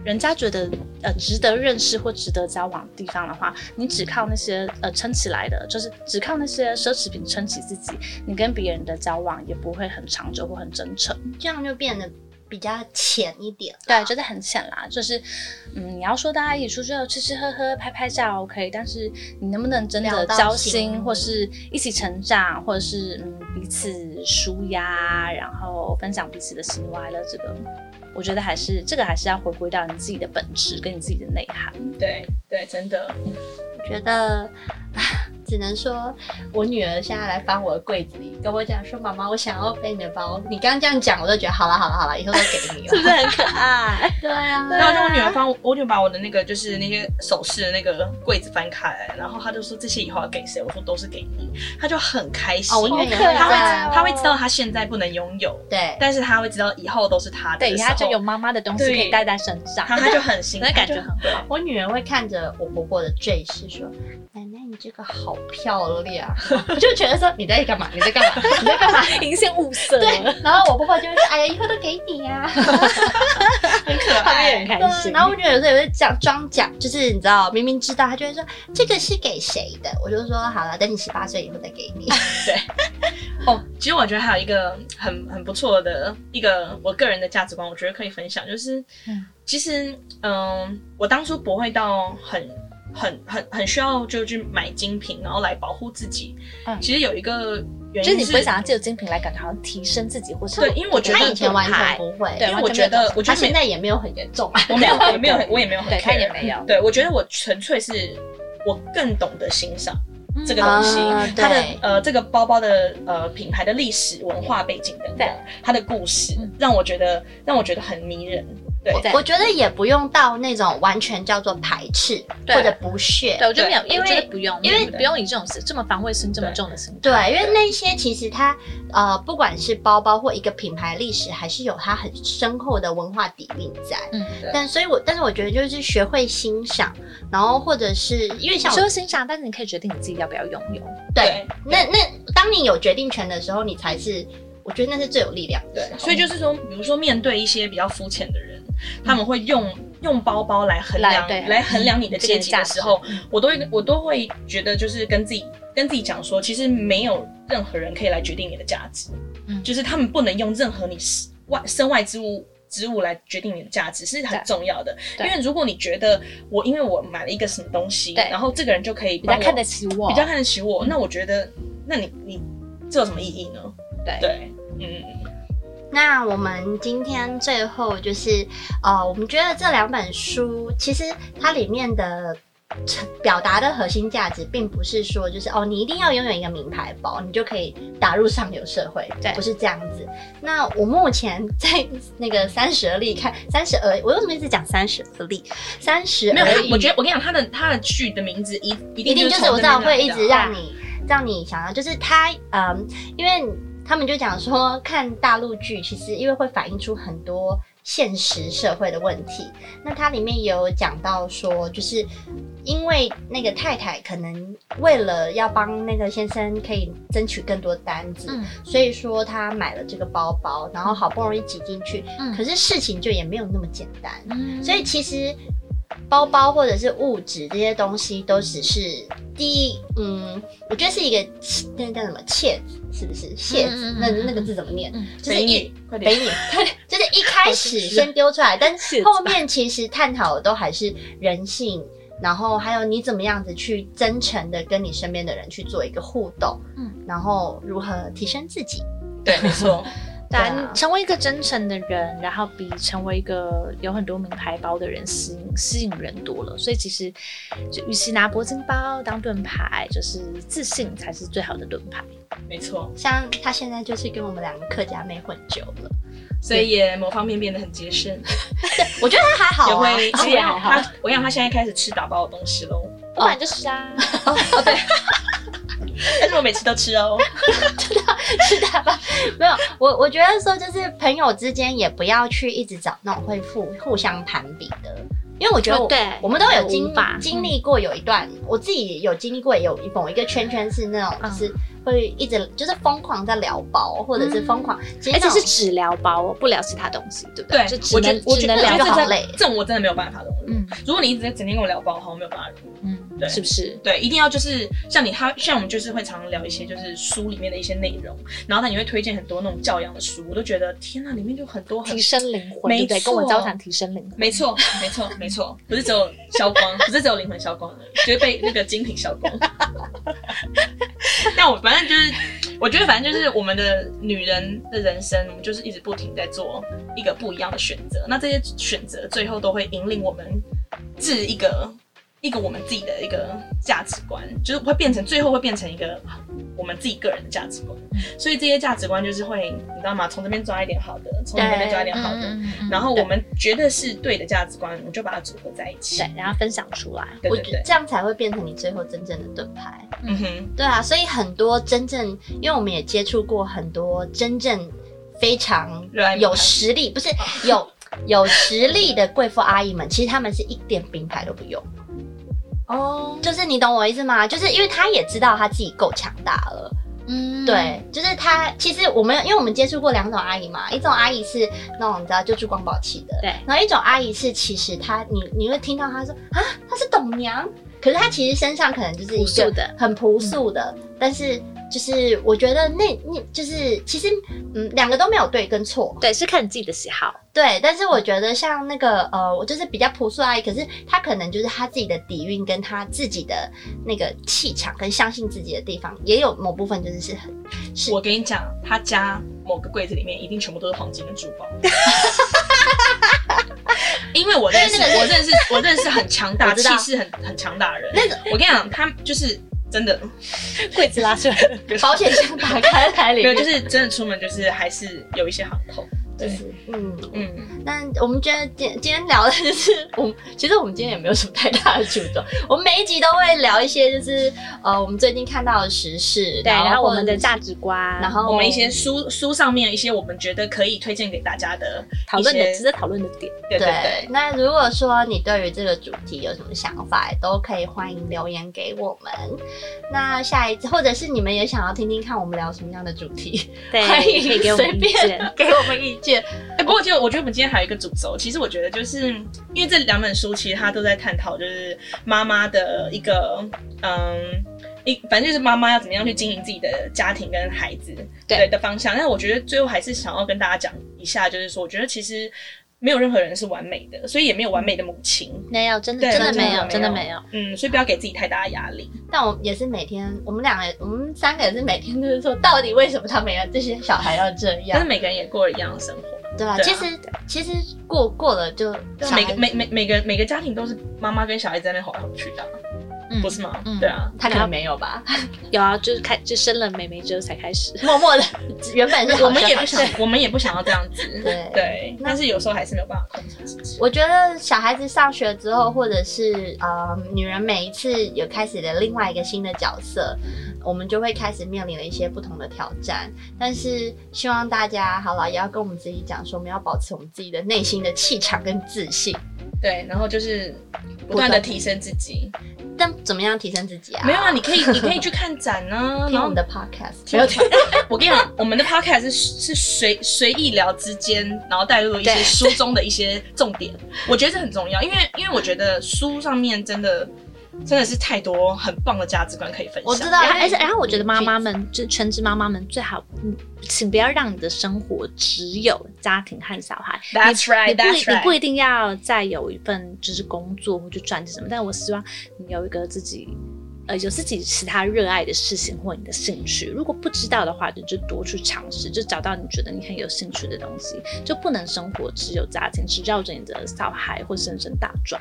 Speaker 2: 人家觉得呃值得认识或值得交往的地方的话，你只靠那些呃撑起来的，就是只靠那些奢侈品撑起自己，你跟别人的交往也不会很长久或很真诚。
Speaker 1: 这样就变得比较浅一点。
Speaker 2: 对，真的很浅啦。就是，嗯，你要说大家一起出去哦吃吃喝喝、拍拍照 OK，但是你能不能真
Speaker 1: 聊
Speaker 2: 的
Speaker 1: 到
Speaker 2: 交
Speaker 1: 心
Speaker 2: 心，或是一起成长，或者是嗯彼此舒压，然后分享彼此的喜怒哀乐，这个我觉得还是这个还是要回归到你自己的本质跟你自己的内 涵。
Speaker 3: 对对，真的。
Speaker 1: 啊我觉得。唉只能说，我女儿现在来翻我的柜子里，跟我讲说：“妈妈，我想要背你的包。”你刚刚这样讲，我都觉得好了好了好了，以后都给你
Speaker 2: 是不是
Speaker 1: 了。
Speaker 2: 很可爱？
Speaker 1: 对啊，
Speaker 3: 然后就我女儿帮我，我女儿把我的那个就是那些首饰的那个柜子翻开来，然后她就说这些以后要给谁？我说都是给你，她就很开心。
Speaker 1: 哦我女儿也
Speaker 2: 好可爱
Speaker 3: 她会
Speaker 2: 哦
Speaker 3: 她会知道她现在不能拥有，
Speaker 1: 对，
Speaker 3: 但是她会知道以后都是她的。
Speaker 2: 对，
Speaker 3: 时
Speaker 2: 他
Speaker 3: 候
Speaker 2: 就有，妈妈的东西可以
Speaker 3: 对
Speaker 2: 带在身上，
Speaker 3: 她她就很心，
Speaker 2: 那感觉
Speaker 3: 她就
Speaker 2: 很好。
Speaker 1: 我女儿会看着我婆婆的坠饰说：“奶奶，你这个好漂亮。”啊 我就觉得说你在干嘛？你在干嘛？你在干嘛？
Speaker 2: 已经先物色了，
Speaker 1: 对，然后我婆婆就会说：“哎呀，以后都给你呀、啊。
Speaker 3: 很可
Speaker 2: 他们也很
Speaker 3: 爱。
Speaker 2: 开
Speaker 1: 对，啊
Speaker 2: 心。
Speaker 1: 然后我女儿有时候也会讲装假，就是你知道，明明知道，她就会说：“这个是给谁的？”我就说：“好了，等你十八岁以后再给你。
Speaker 3: 哦，其实我觉得还有一个很很不错的一个我个人的价值观，我觉得可以分享，就是
Speaker 2: 嗯
Speaker 3: 其实嗯、我当初不会到很。很很很需要就去买精品，然后来保护自己。
Speaker 2: 嗯
Speaker 3: 其实有一个原因
Speaker 2: 就是你不会想要借由精品来感觉好像提升自己，或是嗯
Speaker 3: 对，因为我”觉
Speaker 1: 她
Speaker 3: 得
Speaker 1: 以前完全
Speaker 3: 牌，
Speaker 1: 不会，
Speaker 2: 对
Speaker 3: 因为我觉得，我
Speaker 1: 她
Speaker 3: 觉得没
Speaker 1: 现在也没有很严重啊。
Speaker 3: 我没有，我没有，我也没有很
Speaker 2: 对他
Speaker 3: care
Speaker 2: 也没有
Speaker 3: 对，我觉得我纯粹是我更懂得欣赏
Speaker 2: 嗯
Speaker 3: 这个东西，
Speaker 1: 啊
Speaker 3: 它的
Speaker 1: 对
Speaker 3: 呃这个包包的呃品牌的历史文化背景等等
Speaker 2: 对，
Speaker 3: 它的故事
Speaker 2: 嗯
Speaker 3: 让我觉得让我觉得很迷人。对，
Speaker 2: 对
Speaker 1: 我觉得也不用到那种完全叫做排斥
Speaker 2: 对
Speaker 1: 或者不屑，
Speaker 2: 对，我觉得没有，
Speaker 3: 对
Speaker 2: 因
Speaker 3: 我觉
Speaker 2: 为
Speaker 3: 得
Speaker 2: 不用，
Speaker 3: 因为
Speaker 2: 不用以这种这么防卫心这么重的心态。
Speaker 1: 对，因为那些其实它呃，不管是包包或一个品牌历史，还是有它很深厚的文化底蕴在。
Speaker 2: 嗯，
Speaker 3: 对
Speaker 1: 但所以我，但是我觉得就是学会欣赏，然后或者是因为
Speaker 2: 你
Speaker 1: 像我
Speaker 2: 说欣赏，但是你可以决定你自己要不要拥有。
Speaker 1: 对，那那当你有决定权的时候，你才是我觉得那是最有力量的
Speaker 3: 对
Speaker 1: 时候。，
Speaker 3: 所以就是说，比如说面对一些比较肤浅的人，他们会用用包包来衡
Speaker 2: 来
Speaker 3: 量
Speaker 2: 对
Speaker 3: 来衡量你的
Speaker 2: 这个
Speaker 3: 阶级
Speaker 2: 价
Speaker 3: 的
Speaker 2: 值
Speaker 3: 时候，我都会我都会觉得就是跟自己跟自己讲说，其实没有任何人可以来决定你的价值，
Speaker 2: 嗯
Speaker 3: 就是他们不能用任何你是外身外之物。之物来决定你的价值是很
Speaker 2: 对
Speaker 3: 重要的，因
Speaker 2: 对
Speaker 3: 为如果你觉得我因为我买了一个什么东西，
Speaker 2: 对
Speaker 3: 然后这个人就可以
Speaker 2: 比较
Speaker 3: 帮我
Speaker 2: 看得起我，嗯
Speaker 3: 比较看得起我，那我觉得那你你这有什么意义呢？
Speaker 2: 对
Speaker 3: 对，嗯，
Speaker 1: 那我们今天最后就是，呃，我们觉得这两本书其实它里面的呃表达的核心价值，并不是说就是哦，你一定要拥有一个名牌包，你就可以打入上流社会，
Speaker 2: 对
Speaker 1: 不是这样子。那我目前在那个三十而立看三十而，我为什么一直讲三十而立？三十
Speaker 3: 没有，
Speaker 1: 而
Speaker 3: 他
Speaker 1: 立，
Speaker 3: 我觉得我跟你讲，他的他的剧的名字一一
Speaker 1: 一
Speaker 3: 定
Speaker 1: 定
Speaker 3: 就
Speaker 1: 就是是我知道会一直
Speaker 3: 让
Speaker 1: 让你让你想要，就是他嗯，因为他们就讲说看大陆剧，其实因为会反映出很多现实社会的问题。那它里面也有讲到说，就是因为那个太太可能为了要帮那个先生可以争取更多单子，
Speaker 2: 嗯
Speaker 1: 所以说她买了这个包包，然后好不容易挤进去，
Speaker 2: 嗯
Speaker 1: 可是事情就也没有那么简单。
Speaker 2: 嗯
Speaker 1: 所以其实包包或者是物质这些东西都只是第一，嗯，我觉得是一个切那叫什么切子，是不是蟹子？
Speaker 2: 嗯嗯嗯
Speaker 1: 那
Speaker 2: 嗯
Speaker 1: 那个字怎么念？
Speaker 2: 嗯
Speaker 1: 就是
Speaker 3: 美
Speaker 1: 一
Speaker 3: 女，快
Speaker 1: 北
Speaker 3: 点，
Speaker 1: 影， 就是一开始先丢出来， 但
Speaker 2: 蟹
Speaker 1: 是
Speaker 2: 子吧
Speaker 1: 后面其实探讨的都还是人性。然后还有你怎么样子去真诚的跟你身边的人去做一个互动，
Speaker 2: 嗯
Speaker 1: 嗯，然后如何提升自己，
Speaker 3: 对，没错，
Speaker 2: 对啊，
Speaker 1: 对啊
Speaker 2: 你成为一个真诚的人，然后比成为一个有很多名牌包的人吸引吸引人多了。所以其实，就与其拿铂金包当盾牌，就是自信才是最好的盾牌。
Speaker 3: 没错，
Speaker 1: 像他现在就是跟我们两个客家妹混久了，
Speaker 3: 所以也某方面变得很节省，
Speaker 1: 我觉得他 还好、啊，啊
Speaker 3: 也会，
Speaker 2: 其实也还好
Speaker 3: 他我跟你讲，他现在开始吃打包的东西喽，
Speaker 2: 不然就是啊，
Speaker 3: 但是我每次都吃 哦，
Speaker 1: 是的吧？没有，我我觉得说就是朋友之间也不要去一直找那种会互互相攀比的，因为我觉得我、
Speaker 2: 哦对
Speaker 1: 我们都有经
Speaker 2: 无法嗯
Speaker 1: 经历过有一段，我自己有经历过有一某一个圈圈是那种
Speaker 2: 嗯
Speaker 1: 就是会一直就是疯狂在聊包，或者是疯狂，其实
Speaker 2: 嗯而且
Speaker 1: 那
Speaker 2: 是
Speaker 1: 种
Speaker 2: 只聊包，哦，不聊其他东西，对不
Speaker 3: 对
Speaker 2: 就，只
Speaker 3: 我觉得
Speaker 2: 能
Speaker 3: 我
Speaker 2: 只
Speaker 3: 觉得
Speaker 2: 能聊
Speaker 1: 我觉得
Speaker 2: 包。
Speaker 1: 好累
Speaker 3: 这这种我真的没有办法融入。
Speaker 2: 嗯
Speaker 3: 如果你一直在整天跟我聊包哈，我没有办法融入。
Speaker 2: 嗯，
Speaker 3: 对
Speaker 2: 是不是？
Speaker 3: 对，一定要就是像你他像我们就是会常常聊一些就是书里面的一些内容，然后他你会推荐很多那种教养的书，我都觉得天呐，里面就很多很
Speaker 2: 提升灵魂，
Speaker 3: 没
Speaker 2: 对不对？
Speaker 3: 错
Speaker 2: 跟我交谈提升灵魂，
Speaker 3: 没错，没错，没错，不是只有消光，不是只有灵魂消光而已，就是被那个精品消光。 但我反正就是，我觉得反正就是我们的女人的人生，我们就是一直不停在做一个不一样的选择。那这些选择最后都会引领我们至一个一个我们自己的一个价值观，就是会变成最后会变成一个我们自己个人的价值观。所以这些价值观就是会，你知道吗？从这边抓一点好的，从那边抓一点好
Speaker 2: 嗯
Speaker 3: 的，
Speaker 1: 嗯
Speaker 3: 然后我们觉得是对的价值观，我们就把它组合在一起。
Speaker 2: 对，然后分享出来。
Speaker 3: 对
Speaker 1: 我
Speaker 3: 对
Speaker 1: 觉得
Speaker 3: 对，
Speaker 1: 这样才会变成你最后真正的盾牌。
Speaker 3: 嗯哼，
Speaker 1: 对啊，所以很多真正，因为我们也接触过很多真正非常
Speaker 3: 热爱名牌
Speaker 1: 有实力， 不是有有实力的贵妇阿姨们，其实她们是一点名牌都不用。
Speaker 2: 哦，
Speaker 1: 就是你懂我意思吗？就是因为她也知道她自己够强大了。
Speaker 2: 嗯，
Speaker 1: 对，就是她其实我们因为我们接触过两种阿姨嘛，一种阿姨是那种你知道就珠光宝气的，
Speaker 2: 对
Speaker 1: 然后一种阿姨是其实她你你会听到她说啊她是董娘，可是她其实身上可能就是一
Speaker 2: 朴素
Speaker 1: 个
Speaker 2: 的
Speaker 1: 很朴素的，
Speaker 2: 嗯
Speaker 1: 但是就是我觉得那那就是其实嗯两个都没有对跟错，
Speaker 2: 对，是看你自己的喜好。
Speaker 1: 对，但是我觉得像那个呃我就是比较朴素的阿姨，可是她可能就是她自己的底蕴跟她自己的那个气场跟相信自己的地方，也有某部分就是是很是
Speaker 3: 我跟你讲，他家某个柜子里面一定全部都是黄金跟珠宝。 因为我认识，
Speaker 1: 因为那个
Speaker 3: 我认识，我认识很强大、
Speaker 1: 我知
Speaker 3: 气
Speaker 1: 道
Speaker 3: 势很很强大的人。那个，我跟你讲，他就是 真的，
Speaker 2: 柜子拉出来，
Speaker 1: 保险箱打开来里
Speaker 3: 没有，
Speaker 1: 面，
Speaker 3: 就是真的出门就是还是有一些行头。
Speaker 1: 就
Speaker 3: 对，
Speaker 1: 是嗯。
Speaker 3: 嗯，
Speaker 1: 但我们觉得今今天聊的就是我们，其实我们今天也没有什么太大的主轴，我们每一集都会聊一些就是呃我们最近看到的时事，
Speaker 2: 对，然后我们的
Speaker 1: 价，
Speaker 2: 价值观，
Speaker 1: 然后
Speaker 3: 啊我们一些书书上面一些我们觉得可以推荐给大家的
Speaker 2: 讨论的
Speaker 3: 一些
Speaker 2: 值得讨论的点。
Speaker 3: 对对
Speaker 1: 对
Speaker 3: 对，。
Speaker 1: 那如果说你对于这个主题有什么想法，也都可以欢迎留言给我们。那下一次，或者是你们也想要听听看我们聊什么样的主题，
Speaker 2: 对，
Speaker 1: 欢迎
Speaker 2: 可以给我们
Speaker 1: 随
Speaker 2: 意
Speaker 1: 便
Speaker 2: 见。
Speaker 1: 给我们意 见。
Speaker 3: 哎、不过就我觉得我们今天还有一个主轴，其实我觉得就是
Speaker 2: 嗯
Speaker 3: 因为这两本书其实它都在探讨就是妈妈的一个嗯。一反正就是妈妈要怎么样去经营自己的家庭跟孩子
Speaker 2: 对
Speaker 3: 的方向，但我觉得最后还是想要跟大家讲一下，就是说，我觉得其实没有任何人是完美的，所以也没有完美的母亲，
Speaker 2: 没有，真的
Speaker 3: 对
Speaker 2: 真的
Speaker 3: 真的
Speaker 2: 没有，
Speaker 3: 没
Speaker 2: 真的
Speaker 3: 有
Speaker 2: 没有。
Speaker 3: 嗯，所以不要给自己太大的压力。
Speaker 1: 但我也是每天，我们两个，我们三个也是每天都是说，到底为什么他们要这些小孩要这
Speaker 3: 但
Speaker 1: 样？
Speaker 3: 是每个人也过了一样的生活，
Speaker 1: 对吧？
Speaker 3: 对啊
Speaker 1: 其实其实过过了就
Speaker 3: 就
Speaker 2: 啊
Speaker 1: 小
Speaker 3: 每
Speaker 1: 孩
Speaker 3: 个每每每个每个家庭都是妈妈跟小孩在那边吼来吼去的啊，
Speaker 2: 嗯
Speaker 3: 不是吗？
Speaker 2: 嗯
Speaker 3: 对啊，
Speaker 1: 他可能没有吧，
Speaker 2: 有啊，就是开就生了妹妹之后才开始。
Speaker 1: 默默的，原本哎是好
Speaker 3: 我们也
Speaker 1: 像
Speaker 3: 不想，我们也不想要这样子，
Speaker 1: 对
Speaker 3: 对，但是有时候还是没有办法控制自己。
Speaker 1: 我觉得小孩子上学之后，或者是呃，女人每一次有开始的另外一个新的角色，我们就会开始面临了一些不同的挑战。但是希望大家好了，也要跟我们自己讲说，我们要保持我们自己的内心的气场跟自信。
Speaker 3: 对，然后就是不断的提升自己。
Speaker 1: 但怎么样提升自己啊？
Speaker 3: 没有啊，你可以，你可 以去看展啊，
Speaker 1: 听
Speaker 3: 然
Speaker 1: 我
Speaker 3: 后
Speaker 1: 们的 podcast，
Speaker 3: 没有。我跟你讲，我们的 podcast 是是随随意聊之间，然后带入一些
Speaker 2: 对
Speaker 3: 书中的一些重点，我觉得这很重要，因为因为我觉得书上面真的真的是太多很棒的价值观可以分享。
Speaker 1: 我 知道，
Speaker 2: 然后，
Speaker 1: 而
Speaker 2: 而
Speaker 1: 且
Speaker 2: 且，然
Speaker 1: 然后
Speaker 2: 后
Speaker 1: 我
Speaker 2: 我
Speaker 1: 觉
Speaker 2: 觉
Speaker 1: 得
Speaker 2: 得
Speaker 1: 妈
Speaker 2: 妈
Speaker 1: 妈
Speaker 2: 妈
Speaker 1: 们，
Speaker 2: 们，就全职妈妈们最好，嗯请不要让你的生活只有家庭和小孩。
Speaker 3: That's
Speaker 2: 你
Speaker 3: right,
Speaker 2: 不
Speaker 3: that's
Speaker 2: 你不一
Speaker 3: right。
Speaker 2: 定要再有一份就是工作或者赚钱什么，但我希望你有一个自己，呃，有自己其他热爱的事情或你的兴趣。如果不知道的话，你就多去尝试，就找到你觉得你很有兴趣的东西，就不能生活只有家庭，只绕着你的小孩或先生打转。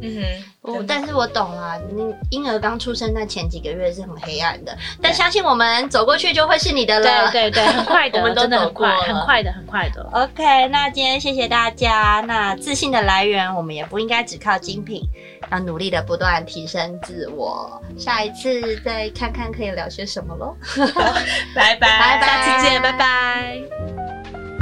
Speaker 3: 嗯
Speaker 1: 我、
Speaker 3: 哼，
Speaker 1: 哦但是我懂啦。你婴儿刚出生那前几个月是很黑暗的，但相信我们走过去就会是你的了。
Speaker 2: 对对对，很快的，
Speaker 1: 我们都
Speaker 2: 真的
Speaker 1: 走
Speaker 2: 很
Speaker 1: 过
Speaker 2: 快，
Speaker 1: 了
Speaker 2: 很快的，很快的。
Speaker 1: OK，那今天谢谢大家。那自信的来源，我们也不应该只靠精品，要努力的不断提升自我。下一次再看看可以聊些什么喽。
Speaker 3: 拜拜，
Speaker 1: 拜拜
Speaker 2: 下次见，拜拜。